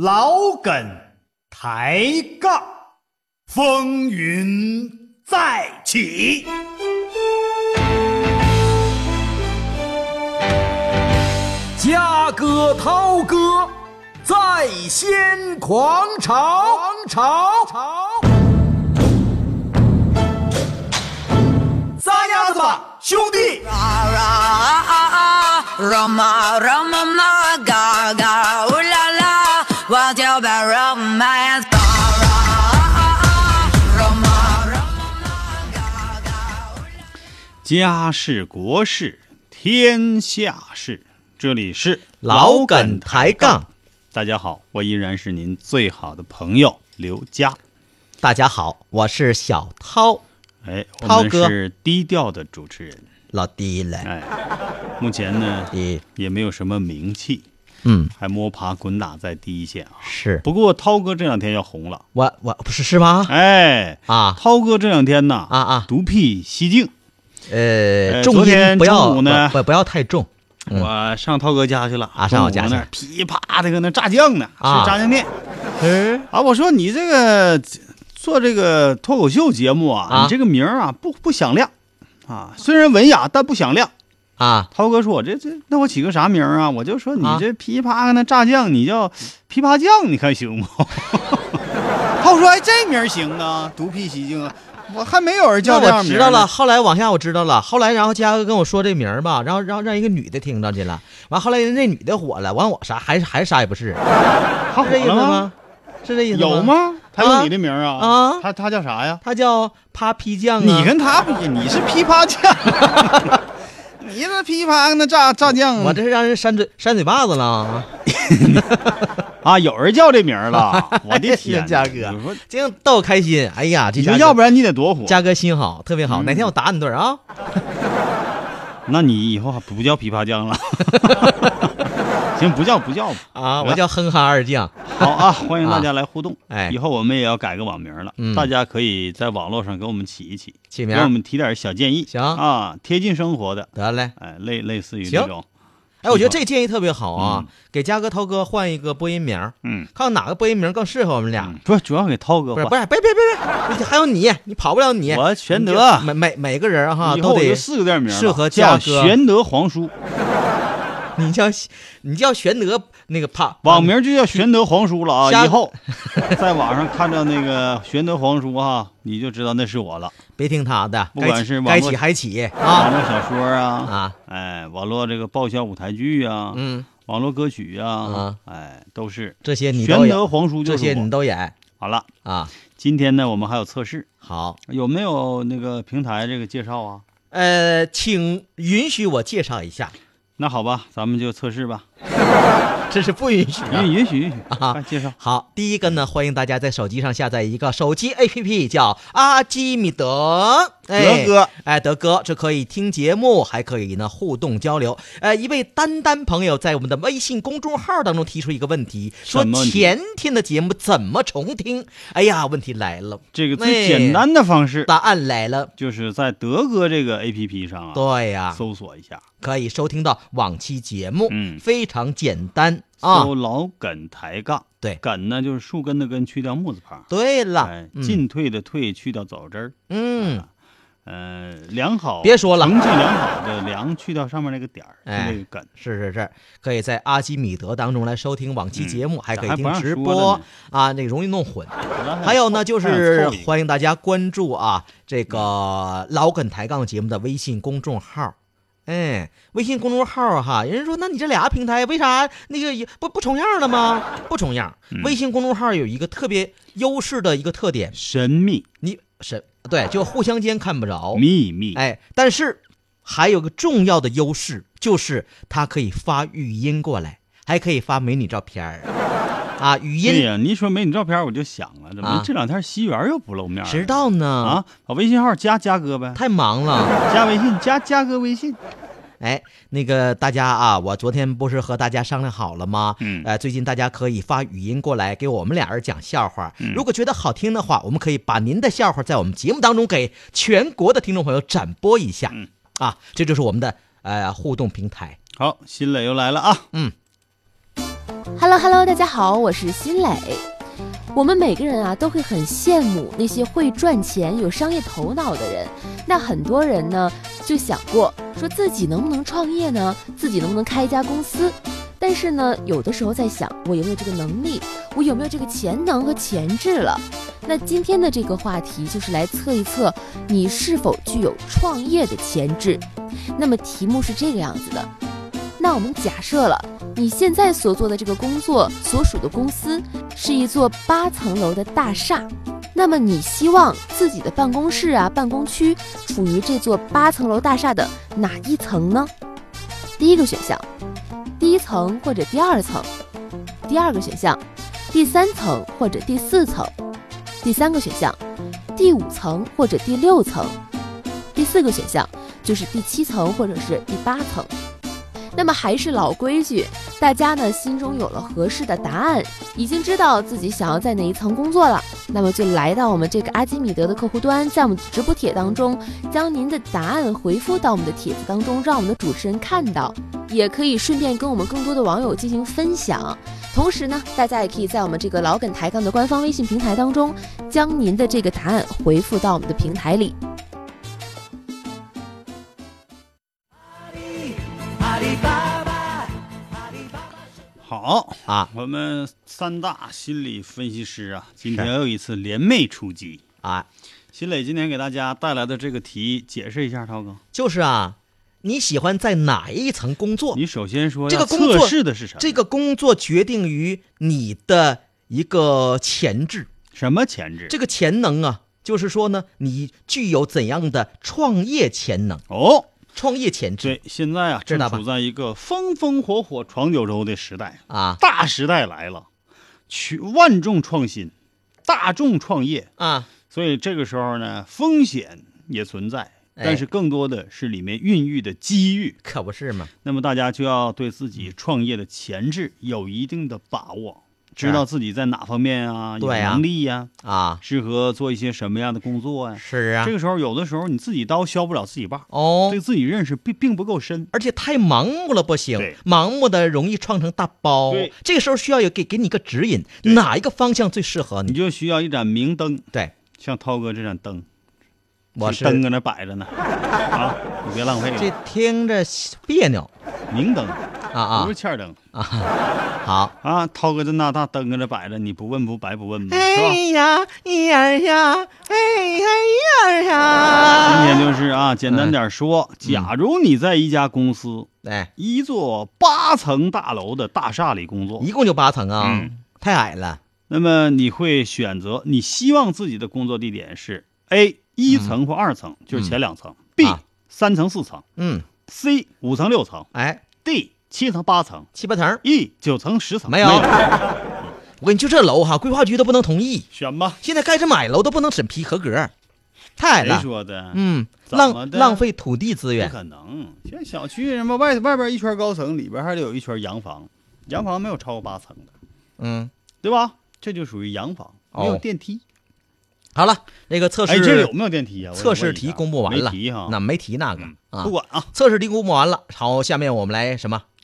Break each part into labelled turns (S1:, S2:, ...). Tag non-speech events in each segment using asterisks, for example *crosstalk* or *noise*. S1: 老梗抬杠，风云再起。
S2: 嘉哥、涛哥在先狂潮，潮潮，
S1: 撒丫子吧，兄弟！
S3: Roma, Roma, ma, ga, ga, ooh la la, what's your bad romance? Ga, ra, Roma, Roma, ma, ga, ga, ooh la la.
S4: 家事国事天下事，这里是
S5: 老梗抬杠。
S4: 大家好，我依然是您最好的朋友刘佳。
S5: 大家好，我是小涛，
S4: 哎，我
S5: 涛
S4: 们
S5: 哥
S4: 是低调的主持人。
S5: 老弟嘞，
S4: 哎，目前呢
S5: 弟，
S4: 也没有什么名气，
S5: 嗯，
S4: 还摸爬滚打在第一线啊。
S5: 是
S4: 不过涛哥这两天要红了，
S5: 我我不是是吗？
S4: 哎，
S5: 啊
S4: 涛哥这两天呢
S5: 啊啊
S4: 独辟蹊径。
S5: 呃，
S4: 呃
S5: 重
S4: 昨天
S5: 音不要
S4: 中午
S5: 不
S4: 呢
S5: 不不要太重，嗯
S4: 我上涛哥家去了
S5: 啊上我家去
S4: 那儿噼啪的搁那炸酱呢，
S5: 啊
S4: 吃炸酱面。
S5: 嗯，
S4: 啊，我说你这个做这个脱口秀节目啊，
S5: 啊
S4: 你这个名儿啊不不响亮啊，虽然文雅但不响亮。
S5: 啊，
S4: 涛哥说：“我这这，那我起个啥名儿啊？”我就说：“你
S5: 啊
S4: 这噼啪那炸酱，你叫噼啪酱，你看行
S5: *laughs*
S4: 不？”涛说：“哎，这名儿行啊，独辟蹊径啊，我还没有人
S5: 那
S4: 叫这
S5: 我
S4: 样名
S5: 知
S4: 儿
S5: 道
S4: 呢
S5: 了。后来往下我知道了，后来然后嘉哥跟我说这名儿吧，然后然后让一个女的听着去了，完后来那女的火了，完我啥还是还是啥也不是，
S4: 他
S5: 是这意
S4: 火
S5: 思
S4: 了？
S5: 吗？是这意思
S4: 有
S5: 吗？
S4: 吗？他用你的名儿
S5: 啊啊
S4: 他他叫啥呀？
S5: 他叫啪批酱啊，
S4: 你跟他不一，你是噼啪
S5: *laughs*
S4: 酱，你这噼啪那炸炸酱，
S5: 我这是让人扇嘴扇嘴巴子了啊，
S4: 啊，有人叫这名儿
S5: *laughs*
S4: 了，我的天哪，
S5: 嘉哥
S4: 你说，
S5: 净逗我开心，哎呀，这
S4: 你
S5: 嘉
S4: 说
S5: 哥
S4: 要不然嗯你得多火。
S5: 嘉哥心好，特别好。哪天我打你顿儿啊？
S4: 那你以后还不叫琵琶酱了？ *laughs* 行，不叫不叫吧。
S5: 啊，我叫哼哈二将。
S4: 好啊，欢迎大家来互动。
S5: 哎
S4: 以后我们也要改个网名了，
S5: 嗯
S4: 大家可以在网络上给我们起一起，
S5: 起
S4: 给
S5: 名
S4: 我们提点小建议。
S5: 行
S4: 啊，贴近生活的，
S5: 得嘞。
S4: 哎，类类似于
S5: 行
S4: 这种，
S5: 哎，我觉得这建议特别好啊
S4: 嗯，
S5: 给嘉哥、涛哥换一个播音名儿，
S4: 嗯，
S5: 看哪个播音名更适合我们俩
S4: 嗯。不是主要给涛哥
S5: 不是
S4: 换
S5: 不。是，别别别别，还有你，你跑不了你。
S4: 我玄德
S5: 你就每每每个人哈
S4: 以后
S5: 啊都
S4: 我就
S5: 得，
S4: 四个字名了，
S5: 适合
S4: 叫
S5: 嘉哥
S4: 玄德皇叔，
S5: 啊你叫你叫玄德那个怕
S4: 网名就叫玄德皇叔了啊！
S5: 瞎
S4: 以后在网上看到那个玄德皇叔啊，你就知道那是我了。
S5: 别听他的，
S4: 不管是网
S5: 该
S4: 络
S5: 起还起
S4: 网
S5: 啊
S4: 络小说啊，
S5: 啊，
S4: 哎，网络这个爆笑舞台剧啊，
S5: 嗯，
S4: 网络歌曲啊
S5: 啊，
S4: 哎，都是
S5: 这些你
S4: 玄
S5: 都演，
S4: 德皇叔
S5: 这
S4: 就是
S5: 些你
S4: 我。
S5: 都演
S4: 好了，
S5: 啊。
S4: 今天呢，我们还有测试，
S5: 好，
S4: 有没有那个平台这个介绍啊？
S5: 呃，请允许我介绍一下，
S4: 那好吧，咱们就测试吧，
S5: *laughs* 这是不允许的。
S4: 允允许允许，
S5: 啊
S4: 快介绍。
S5: 好，第一个呢，欢迎大家在手机上下载一个手机 APP，叫阿基米德。哎，
S4: 德哥，
S5: 哎，德哥，这可以听节目，还可以呢互动交流。呃，一位丹丹朋友在我们的微信公众号当中提出一个问题，说
S4: 什么问题
S5: 前天的节目怎么重听？哎呀，问题来了，
S4: 这个最简单的方式
S5: 答案来了。
S4: 就是在德哥这个 A P P 上啊，
S5: 对呀、
S4: 搜索一下，
S5: 可以收听到往期节目，
S4: 嗯
S5: 非常简单哦啊
S4: 搜。老梗抬杠。
S5: 对
S4: 梗呢就是树根的根去掉木字旁，
S5: 对了
S4: 哎，，
S5: 嗯
S4: 进退的退去掉走之儿，
S5: 嗯，
S4: 呃，良好，
S5: 别说了
S4: 成绩良好的良去掉上面那个点儿，
S5: 哎
S4: 就那个梗。
S5: 是是是，可以在阿基米德当中来收听往期节目，还可以
S4: 嗯咋还不
S5: 听
S4: 让
S5: 直
S4: 说
S5: 播
S4: 呢
S5: 啊，那个容易弄混。还
S4: 还
S5: 有呢，就
S4: 还
S5: 是
S4: 有凑一个嗯
S5: 欢迎大家关注啊这个老梗抬杠节目的微信公众号。哎，微信公众号哈，有人说，那你这俩平台为啥那个也不不重样了吗？不重样。
S4: 嗯
S5: 微信公众号有一个特别优势的一个特点，
S4: 神秘
S5: 你是对，就互相间看不着。
S4: 秘密，
S5: 哎，但是还有个重要的优势，就是它可以发语音过来，还可以发美女照片儿啊，语
S4: 对
S5: 音。
S4: 呀，你一说美女照片我就想了，怎么
S5: 啊
S4: 这两天西园又不露面了？
S5: 知道呢，
S4: 啊，把微信号加加哥呗，
S5: 太忙了。
S4: 加微信加加哥微信，
S5: 哎，那个大家啊，我昨天不是和大家商量好了吗？
S4: 嗯
S5: 呃，最近大家可以发语音过来给我们俩人讲笑话。
S4: 嗯
S5: 如果觉得好听的话，我们可以把您的笑话在我们节目当中给全国的听众朋友展播一下。
S4: 嗯
S5: 啊，这就是我们的呃互动平台。
S4: 好，新磊又来了啊，
S5: 嗯，
S6: Hello Hello，大家好，我是新磊。我们每个人啊都会很羡慕那些会赚钱、有商业头脑的人。那很多人呢就想过，说自己能不能创业呢？自己能不能开一家公司？但是呢，有的时候在想，我有没有这个能力？我有没有这个潜能和潜质了？那今天的这个话题就是来测一测你是否具有创业的潜质。那么题目是这个样子的，那我们假设了你现在所做的这个工作所属的公司是一座八层楼的大厦，那么你希望自己的办公室啊、办公区处于这座八层楼大厦的哪一层呢？第一个选项，第一层或者第二层；第二个选项，第三层或者第四层；第三个选项，第五层或者第六层；第四个选项就是第七层或者是第八层。那么还是老规矩，大家呢心中有了合适的答案，已经知道自己想要在哪一层工作了，那么就来到我们这个阿基米德的客户端，在我们直播帖当中，将您的答案回复到我们的帖子当中，让我们的主持人看到，也可以顺便跟我们更多的网友进行分享。同时呢，大家也可以在我们这个老梗抬杠的官方微信平台当中，将您的这个答案回复到我们的平台里。
S4: 好，
S5: 啊
S4: 我们三大心理分析师啊，今天又一次联袂出击。
S5: 啊，
S4: 新磊今天给大家带来的这个题，解释一下，涛哥，
S5: 就是啊，你喜欢在哪一层工作？
S4: 你首先说
S5: 这个
S4: 要
S5: 工作
S4: 测试的是什么？
S5: 这个工作决定于你的一个潜质，
S4: 什么潜质？
S5: 这个潜能啊，就是说呢，你具有怎样的创业潜能、
S4: 哦，
S5: 创业潜质
S4: 对，现在啊，
S5: 知
S4: 正
S5: 道吧
S4: 处在一个风风火火闯九州的时代，
S5: 啊
S4: 大时代来了，去万众创新，大众创业，
S5: 啊，
S4: 所以这个时候呢，风险也存在，
S5: 哎
S4: 但是更多的是里面孕育的机遇。
S5: 可不是嘛？
S4: 那么大家就要对自
S5: 嗯
S4: 己创业的潜质有一定的把握，知道自己在哪方面啊有
S5: 啊对啊
S4: 能力呀、
S5: 啊，
S4: 适合做一些什么样的工作呀、
S5: 是啊
S4: 这，个时候，有的时候你自己刀削不了自己把，
S5: 哦
S4: 对，自己认识并并不够深。
S5: 而且太盲目了不行
S4: 对，
S5: 盲目的容易创成大包
S4: 对。
S5: 这个时候需要有给给你一个指引，
S4: 对
S5: 哪一个方向最适合
S4: 你
S5: 你？
S4: 就需要一盏明灯，
S5: 对，
S4: 像涛哥这盏灯，
S5: 我
S4: 这
S5: 是
S4: 灯搁那摆着
S5: *laughs*
S4: 呢，啊，你别浪费
S5: 这
S4: 了，
S5: 听着别扭
S4: 明灯不
S5: 啊啊
S4: 是，欠儿灯
S5: 好。
S4: 啊，涛哥这那大灯搁那摆着，你不问不白不问吗？是吧？
S5: 哎呀呀呀，哎呀
S4: 今
S5: 呀
S4: 天
S5: 呀！
S4: 就是啊，简单
S5: 嗯
S4: 点说，假如你在一家公司，
S5: 哎，
S4: 一座八层大楼的大厦里工作
S5: 一，共就八层啊
S4: 嗯，
S5: 太矮了。
S4: 那么你会选择你希望自己的工作地点是 A 一层或二层，就是前两层；B
S5: 嗯啊
S4: 三层四层
S5: 嗯，
S4: ；C 五层六层
S5: 哎，
S4: ；D 七层八层
S5: 七八层
S4: ；E 九层十层。
S5: 没有。我跟你就这楼哈，规划局都不能同意。
S4: 选吧。
S5: 现在盖这买楼都不能审批合格，太矮
S4: 谁
S5: 了。
S4: 说的？
S5: 嗯，
S4: 怎么
S5: 浪
S4: 的
S5: 浪费土地资
S4: 不
S5: 源。
S4: 可能。像小区什么外外边一圈高层，里边还得有一圈洋房，洋房没有超过八层的，
S5: 嗯，
S4: 对吧？这就属于洋房，
S5: 哦
S4: 没有电梯。
S5: 好了，那个测
S4: 哎，这有
S5: 试
S4: 没有电梯啊？我得
S5: 测试
S4: 问一下
S5: 题公布完了
S4: 没题哈，
S5: 那没提那个
S4: 嗯
S5: 啊
S4: 不，管啊。
S5: 测试题公布完了，好，下面我们来什么？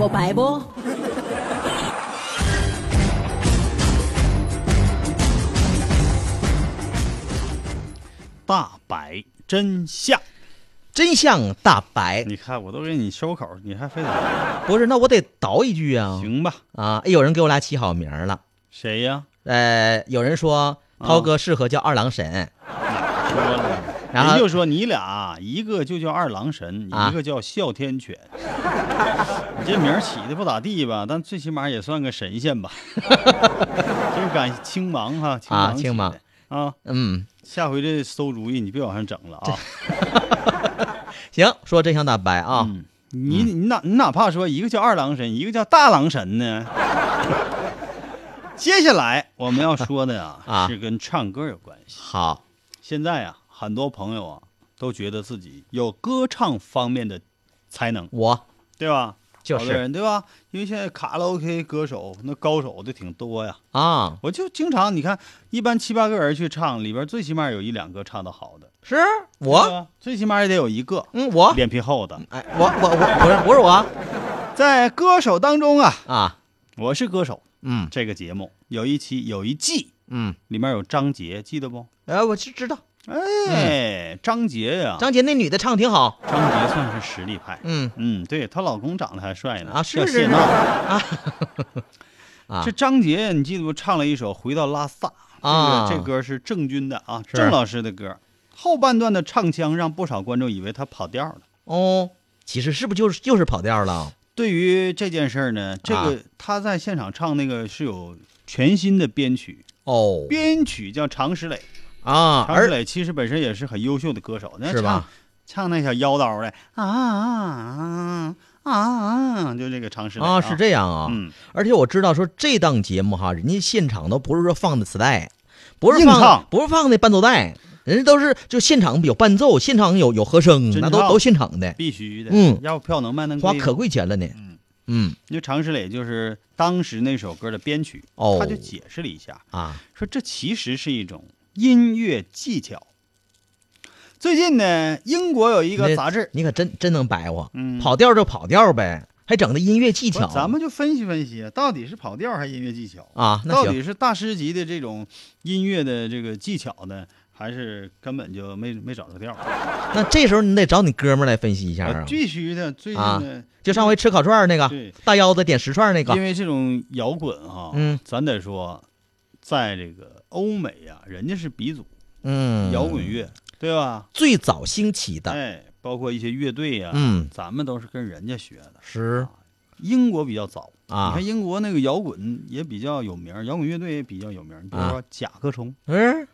S7: 我白不？
S4: 大白真相。
S5: 真相大白，
S4: 你看，我都给你收口，你还非得
S5: 不是？那我得倒一句啊
S4: 行吧？
S5: 啊！哎，有人给我俩起好名儿了，
S4: 谁呀？
S5: 呃，有人说
S2: 啊
S5: 涛哥适合叫二郎神，
S4: 说了，
S5: 然后
S2: 哎
S4: 人就说你俩一个就叫二郎神，
S5: 啊
S4: 一个叫哮天犬。 *laughs* 你这名儿起的不咋地吧？但最起码也算个神仙
S5: *laughs*
S4: 吧。就是感青芒哈，青
S5: 啊
S4: 芒起
S5: 青芒
S4: 的啊，
S5: 嗯，
S4: 下回这馊主意你别往上整了啊！
S5: 行，说真相大白啊，
S4: 嗯你你哪你哪怕说一个叫二郎神，一个叫大郎神呢？ *laughs* 接下来我们要说的呀、
S5: *laughs* 啊
S4: 是跟唱歌有关系。
S5: 好，
S4: 现在啊，很多朋友啊都觉得自己有歌唱方面的才能，
S5: 我
S4: 对吧？
S5: 就
S4: 好多
S5: 是
S4: 人对吧？因为现在卡拉 OK 歌手那高手的挺多呀。
S5: 啊，
S4: 我就经常你看，一般七八个人去唱，里边最起码有一两个唱的好的，
S5: 是
S4: 对
S5: 我，
S4: 吧最起码也得有一个
S5: 嗯，我，
S4: 脸皮厚的。
S5: 哎，我我我不是不是我
S4: 在歌手当中啊，
S5: 啊，
S4: 我是歌手
S5: 嗯
S4: 这个节目有一期有一季
S5: 嗯，
S4: 里面有张杰，记得不？
S5: 哎，我知知道，
S4: 哎，张杰呀、
S5: 张杰那女的唱挺好，
S4: 张杰算是实力派。
S5: 嗯
S4: 嗯，对她老公长得还帅呢
S5: 啊，是
S4: 叫
S5: 是
S4: 谢
S5: 是
S4: 娜。 *laughs*
S5: 啊啊
S4: 这张杰，你记得不？唱了一首《回到拉萨》
S5: 啊
S4: 这个这歌是郑钧的啊，
S5: 是
S4: 郑老师的歌。后半段的唱腔让不少观众以为他跑调了。
S5: 哦，其实是不是就是就是跑调了？
S4: 对于这件事儿呢，这
S5: 啊
S4: 个、他在现场唱那个是有全新的编曲，
S5: 哦
S4: 编曲叫常石磊。
S5: 啊，
S4: 常石
S5: 而
S4: 磊其实本身也是很优秀的歌手，那
S5: 是吧
S4: 唱？唱那小妖刀的啊啊啊啊，就这个常石磊
S5: 啊是这样啊，
S4: 嗯，
S5: 而且我知道说这档节目哈，人家现场都不是说放的磁带，不是
S4: 硬
S5: 放
S4: 唱
S5: 不是放的伴奏带，人家都是就现场有伴奏，现场有有和声，
S4: 真
S5: 那都
S4: 唱
S5: 都现场的，
S4: 必须的，
S5: 嗯
S4: 要不票能卖那么
S5: 花
S4: 贵吗
S5: 可贵钱了呢。
S4: 嗯
S5: 嗯
S4: 因为常石磊就是当时那首歌的编曲，
S5: 哦
S4: 他就解释了一下，
S5: 啊
S4: 说这其实是一种音乐技巧。最近呢，英国有一个
S5: 那
S4: 杂志，
S5: 你可真真能白活，
S4: 嗯，
S5: 跑调就跑调呗，还整的音乐技
S4: 不
S5: 巧。
S4: 咱们就分析分析，到底是跑调还是音乐技巧？
S5: 啊，那
S4: 到
S5: 行
S4: 底是大师级的这种音乐的这个技巧呢，还是根本就没没找着调儿？
S5: 那这时候你得找你哥们儿来分析一下
S4: 呃
S5: 啊，
S4: 必须的，最近
S5: 啊
S4: 呢，
S5: 就上回吃烤串儿那个
S4: 对，
S5: 大腰子点十串儿那个
S4: 因为这种摇滚哈，
S5: 嗯
S4: 咱得说，在这个欧美啊，人家是鼻祖
S5: 嗯
S4: 摇滚乐，对吧？
S5: 最早兴起的，
S4: 哎，包括一些乐队呀、
S5: 嗯
S4: 咱们都是跟人家学的。
S5: 是
S4: 英国比较早，你
S5: 啊
S4: 看，英国那个摇滚也比较有名儿，摇滚乐队也比较有名儿，
S5: 啊
S4: 比如说甲壳虫、
S5: 嗯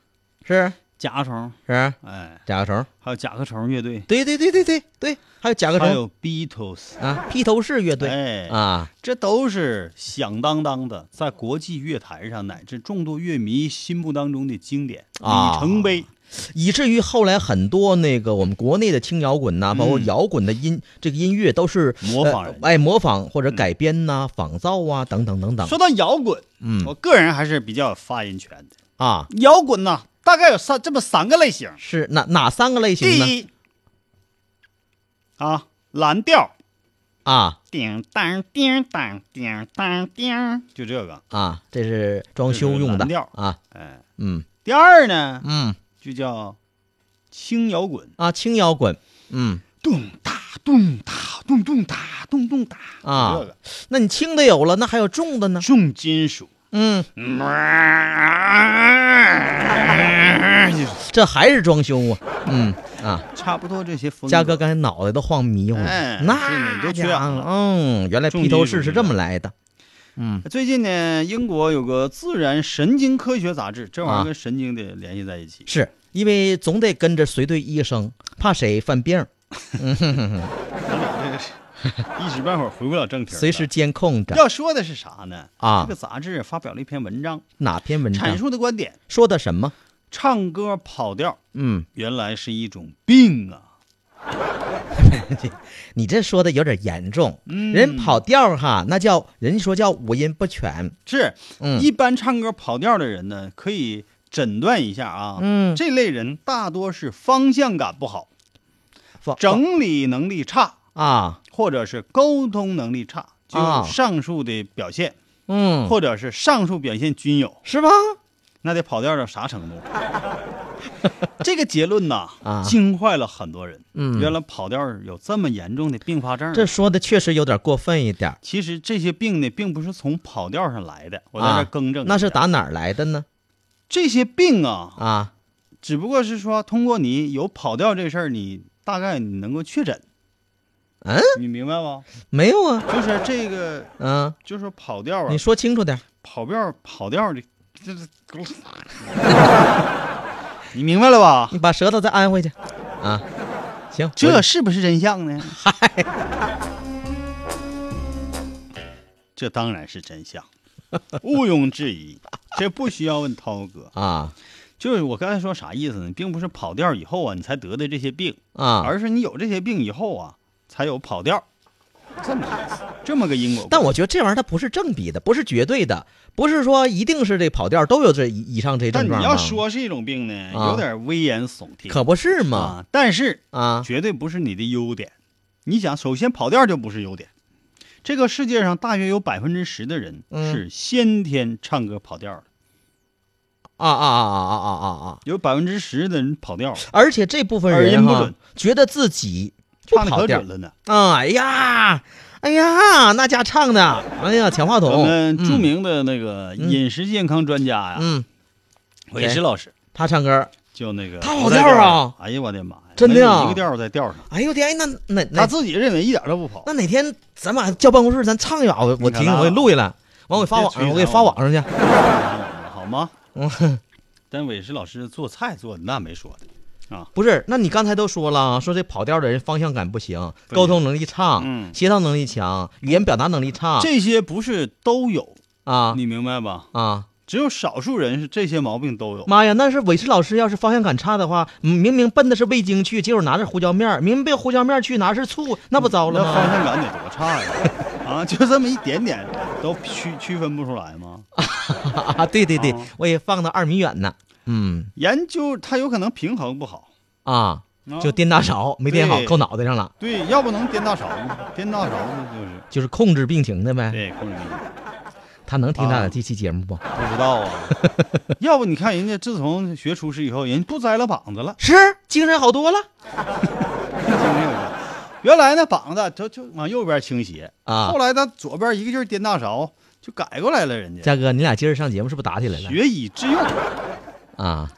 S5: 是
S4: 甲壳虫，
S5: 是
S4: 哎，
S5: 甲壳虫，
S4: 还有甲壳虫乐队，
S5: 对对对对对对，还有甲壳
S4: 还
S5: 虫
S4: 有 Beatles，
S5: 啊，披头士乐队
S4: 哎，
S5: 啊，
S4: 这都是响当当的，在国际乐坛上乃至众多乐迷心目当中的经典
S5: 啊
S4: 里程碑。
S5: 以至于后来很多那个我们国内的轻摇滚呐，包括
S4: 嗯
S5: 摇滚的音这个音乐都是
S4: 模
S5: 呃
S4: 仿人家嗯
S5: 哎模仿或者改编呐、仿造啊等等等等，
S4: 说到摇滚，
S5: 嗯
S4: 我个人还是比较有发言权的。
S5: 啊
S4: 摇滚呢，大概有三这么三个类型。
S5: 是哪哪三个类型呢？
S4: 第一，啊，蓝调，
S5: 啊
S4: 叮当叮当叮当叮，就这个。
S5: 啊，这是装修用
S4: 这是
S5: 的
S4: 蓝调
S5: 啊，
S4: 哎，
S5: 嗯
S4: 第二呢，
S5: 嗯
S4: 就叫轻摇滚，
S5: 啊，轻摇滚，嗯
S4: 咚哒咚哒咚咚哒咚咚哒
S5: 啊
S4: 这个
S5: 那你轻的有了，那还有重的呢？
S4: 重金属。 *laughs*
S5: 嗯，
S4: 差
S5: 这还是装修啊，嗯啊，
S4: 不多这些风格。
S5: 嘉哥刚才脑袋都晃迷糊了，
S4: 哎是
S5: 那
S4: 你都缺
S5: 家
S4: 氧
S5: 伙
S4: 了
S5: 嗯，原来
S4: 重
S5: 披头
S4: 金
S5: 士
S4: 属
S5: 是
S4: 是
S5: 这
S4: 吧
S5: 么来的，嗯
S4: 最近呢，英国有个《自然神经科学》杂志，这玩意
S5: 啊
S4: 儿跟神经得联系在一起。
S5: 是因为总得跟着随队医生，怕谁犯病，
S4: 咱俩这个是一时半会儿回不了正题儿了。
S5: 随时监控着
S4: 要说的是啥呢？
S5: 啊
S4: 这个杂志发表了一篇文章，
S5: 哪篇文
S4: 阐
S5: 章
S4: 述的观点：
S5: 说的什么？
S4: 唱歌跑调
S5: 嗯，
S4: 原来是一种病啊！
S5: 你这说的有点严重，
S4: 嗯
S5: 人跑调儿哈，那叫人家说叫五音不全，
S4: 是、
S5: 嗯
S4: 一般唱歌跑调的人呢，可以诊断一下啊。
S5: 嗯
S4: 这类人大多是方向感不好，
S5: 否
S4: 整理能力差，
S5: 啊，
S4: 或者是沟通能力差，就
S5: 啊
S4: 有上述的表现，
S5: 嗯，
S4: 或者是上述表现均有，
S5: 是吧？
S4: 那得跑调到啥程
S5: *laughs*
S4: 度？这个结论呐
S5: 啊，
S4: 惊坏了很多人。
S5: 嗯
S4: 原来跑调有这么严重的并发症。
S5: 这说的确实有点过分一点儿。
S4: 其实这些病呢，并不是从跑调上来的，我在这
S5: 啊
S4: 儿更正一下、
S5: 那是打哪儿来的呢？
S4: 这些病啊，
S5: 啊，
S4: 只不过是说通过你有跑调这事儿，你大概你能够确诊，
S5: 嗯，
S4: 你明白吗？
S5: 没有啊，
S4: 就是这个，
S5: 嗯、
S4: 就是说跑调啊
S5: 你，说清楚点儿。
S4: 跑调跑调的，这这， *laughs* 你明白了吧？
S5: 你把舌头再安回去，啊，行，
S4: 这
S5: 我
S4: 是不是真相呢？嗨，这当然是真相。毋庸置疑，这不需要问涛哥。
S5: 啊
S4: 就是我刚才说啥意思呢？并不是跑调以后啊，你才得的这些病，
S5: 啊！
S4: 而是你有这些病以后啊，才有跑调，这么个意思，这么个因果关系。
S5: 但我觉得这玩意儿它不是正比的，不是绝对的，不是说一定是这跑调都有这以以上这
S4: 但
S5: 症
S4: 你要，
S5: 状。
S4: 说是一种病呢，
S5: 啊
S4: 有点危言耸听。
S5: 可不是嘛
S4: 啊，但是
S5: 啊
S4: 绝对不是你的优点。你想，首先跑调就不是优点。这个世界上大约有百分之十的人
S5: 嗯
S4: 是先天唱歌跑调的，
S5: 啊啊啊啊啊啊啊！
S4: 有百分之十的人跑调了，
S5: 而且这部分
S4: 耳
S5: 人
S4: 音不
S5: 哈
S4: 准，
S5: 觉得自己 *laughs* 不
S4: 唱的
S5: 跑
S4: 可
S5: 调
S4: 准了呢。
S5: 啊！哎呀，哎呀，那家唱的，哎呀，抢话筒。
S4: 我们
S5: 嗯
S4: 著名的那个
S5: 嗯
S4: 饮食健康专家呀，
S5: 嗯，
S4: 韦石老师，
S5: 他唱歌，
S4: 就那个
S5: 他跑调啊！
S4: 哎呀，我的妈呀，
S5: 真的啊
S4: 没有一个调在调上，
S5: 哎呦天，那那
S4: 他
S5: 那
S4: 自己认为一点都不跑
S5: 那。哪天咱们俩叫办公室，咱唱一把，我我
S4: 你看
S5: 听，
S4: 啊
S5: 我给录下来，完我给发网
S4: 别吹
S5: 上，我给
S4: 咱
S5: 发
S4: 我
S5: 网上去。
S4: 好吗？
S5: 嗯
S4: *laughs* 但韦石老师做菜做的那没说的，
S5: 不是，那你刚才都说了啊，说这跑调的人方向感不行，
S4: 对
S5: 沟通能力差，
S4: 嗯
S5: 协调能力强，语言表达能力差，
S4: 这些不是都有，
S5: 啊
S4: 你明白吧？
S5: 啊！
S4: 只有少数人是这些毛病都有。
S5: 妈呀，那是韦氏老师要是方向感差的话，嗯明明奔的是味精去，结果拿着胡椒面儿，明明被胡椒面儿去拿是醋，那不糟了
S4: 那方
S5: 吗？
S4: 向感得多差呀！啊，就这么一点点，都区区分不出来吗？
S5: *laughs* 啊，对对对
S4: 啊，
S5: 我也放到二米远呢。嗯
S4: 研究它有可能平衡不好，
S5: 啊，
S4: 啊
S5: 就颠大勺没颠好，
S4: 对
S5: 扣脑袋上了，
S4: 对，要不能颠大勺子，颠大勺子就是哎
S5: 就是控制病情的呗。
S4: 对控制不了
S5: 他能听咱俩
S4: 啊
S5: 这期节目不？
S4: 不知
S5: *laughs*
S4: 道啊。要不你看人家自从学厨师以后，人不栽了膀子了，
S5: 是，精神好多了
S4: 精神有了。原来那膀子就就往右边倾斜，
S5: 啊
S4: 后。来他左边一个劲儿颠大勺，就改过来了。人家
S5: 嘉哥，你俩今儿上节目是不是打起来了
S4: 学以致用。
S5: 啊？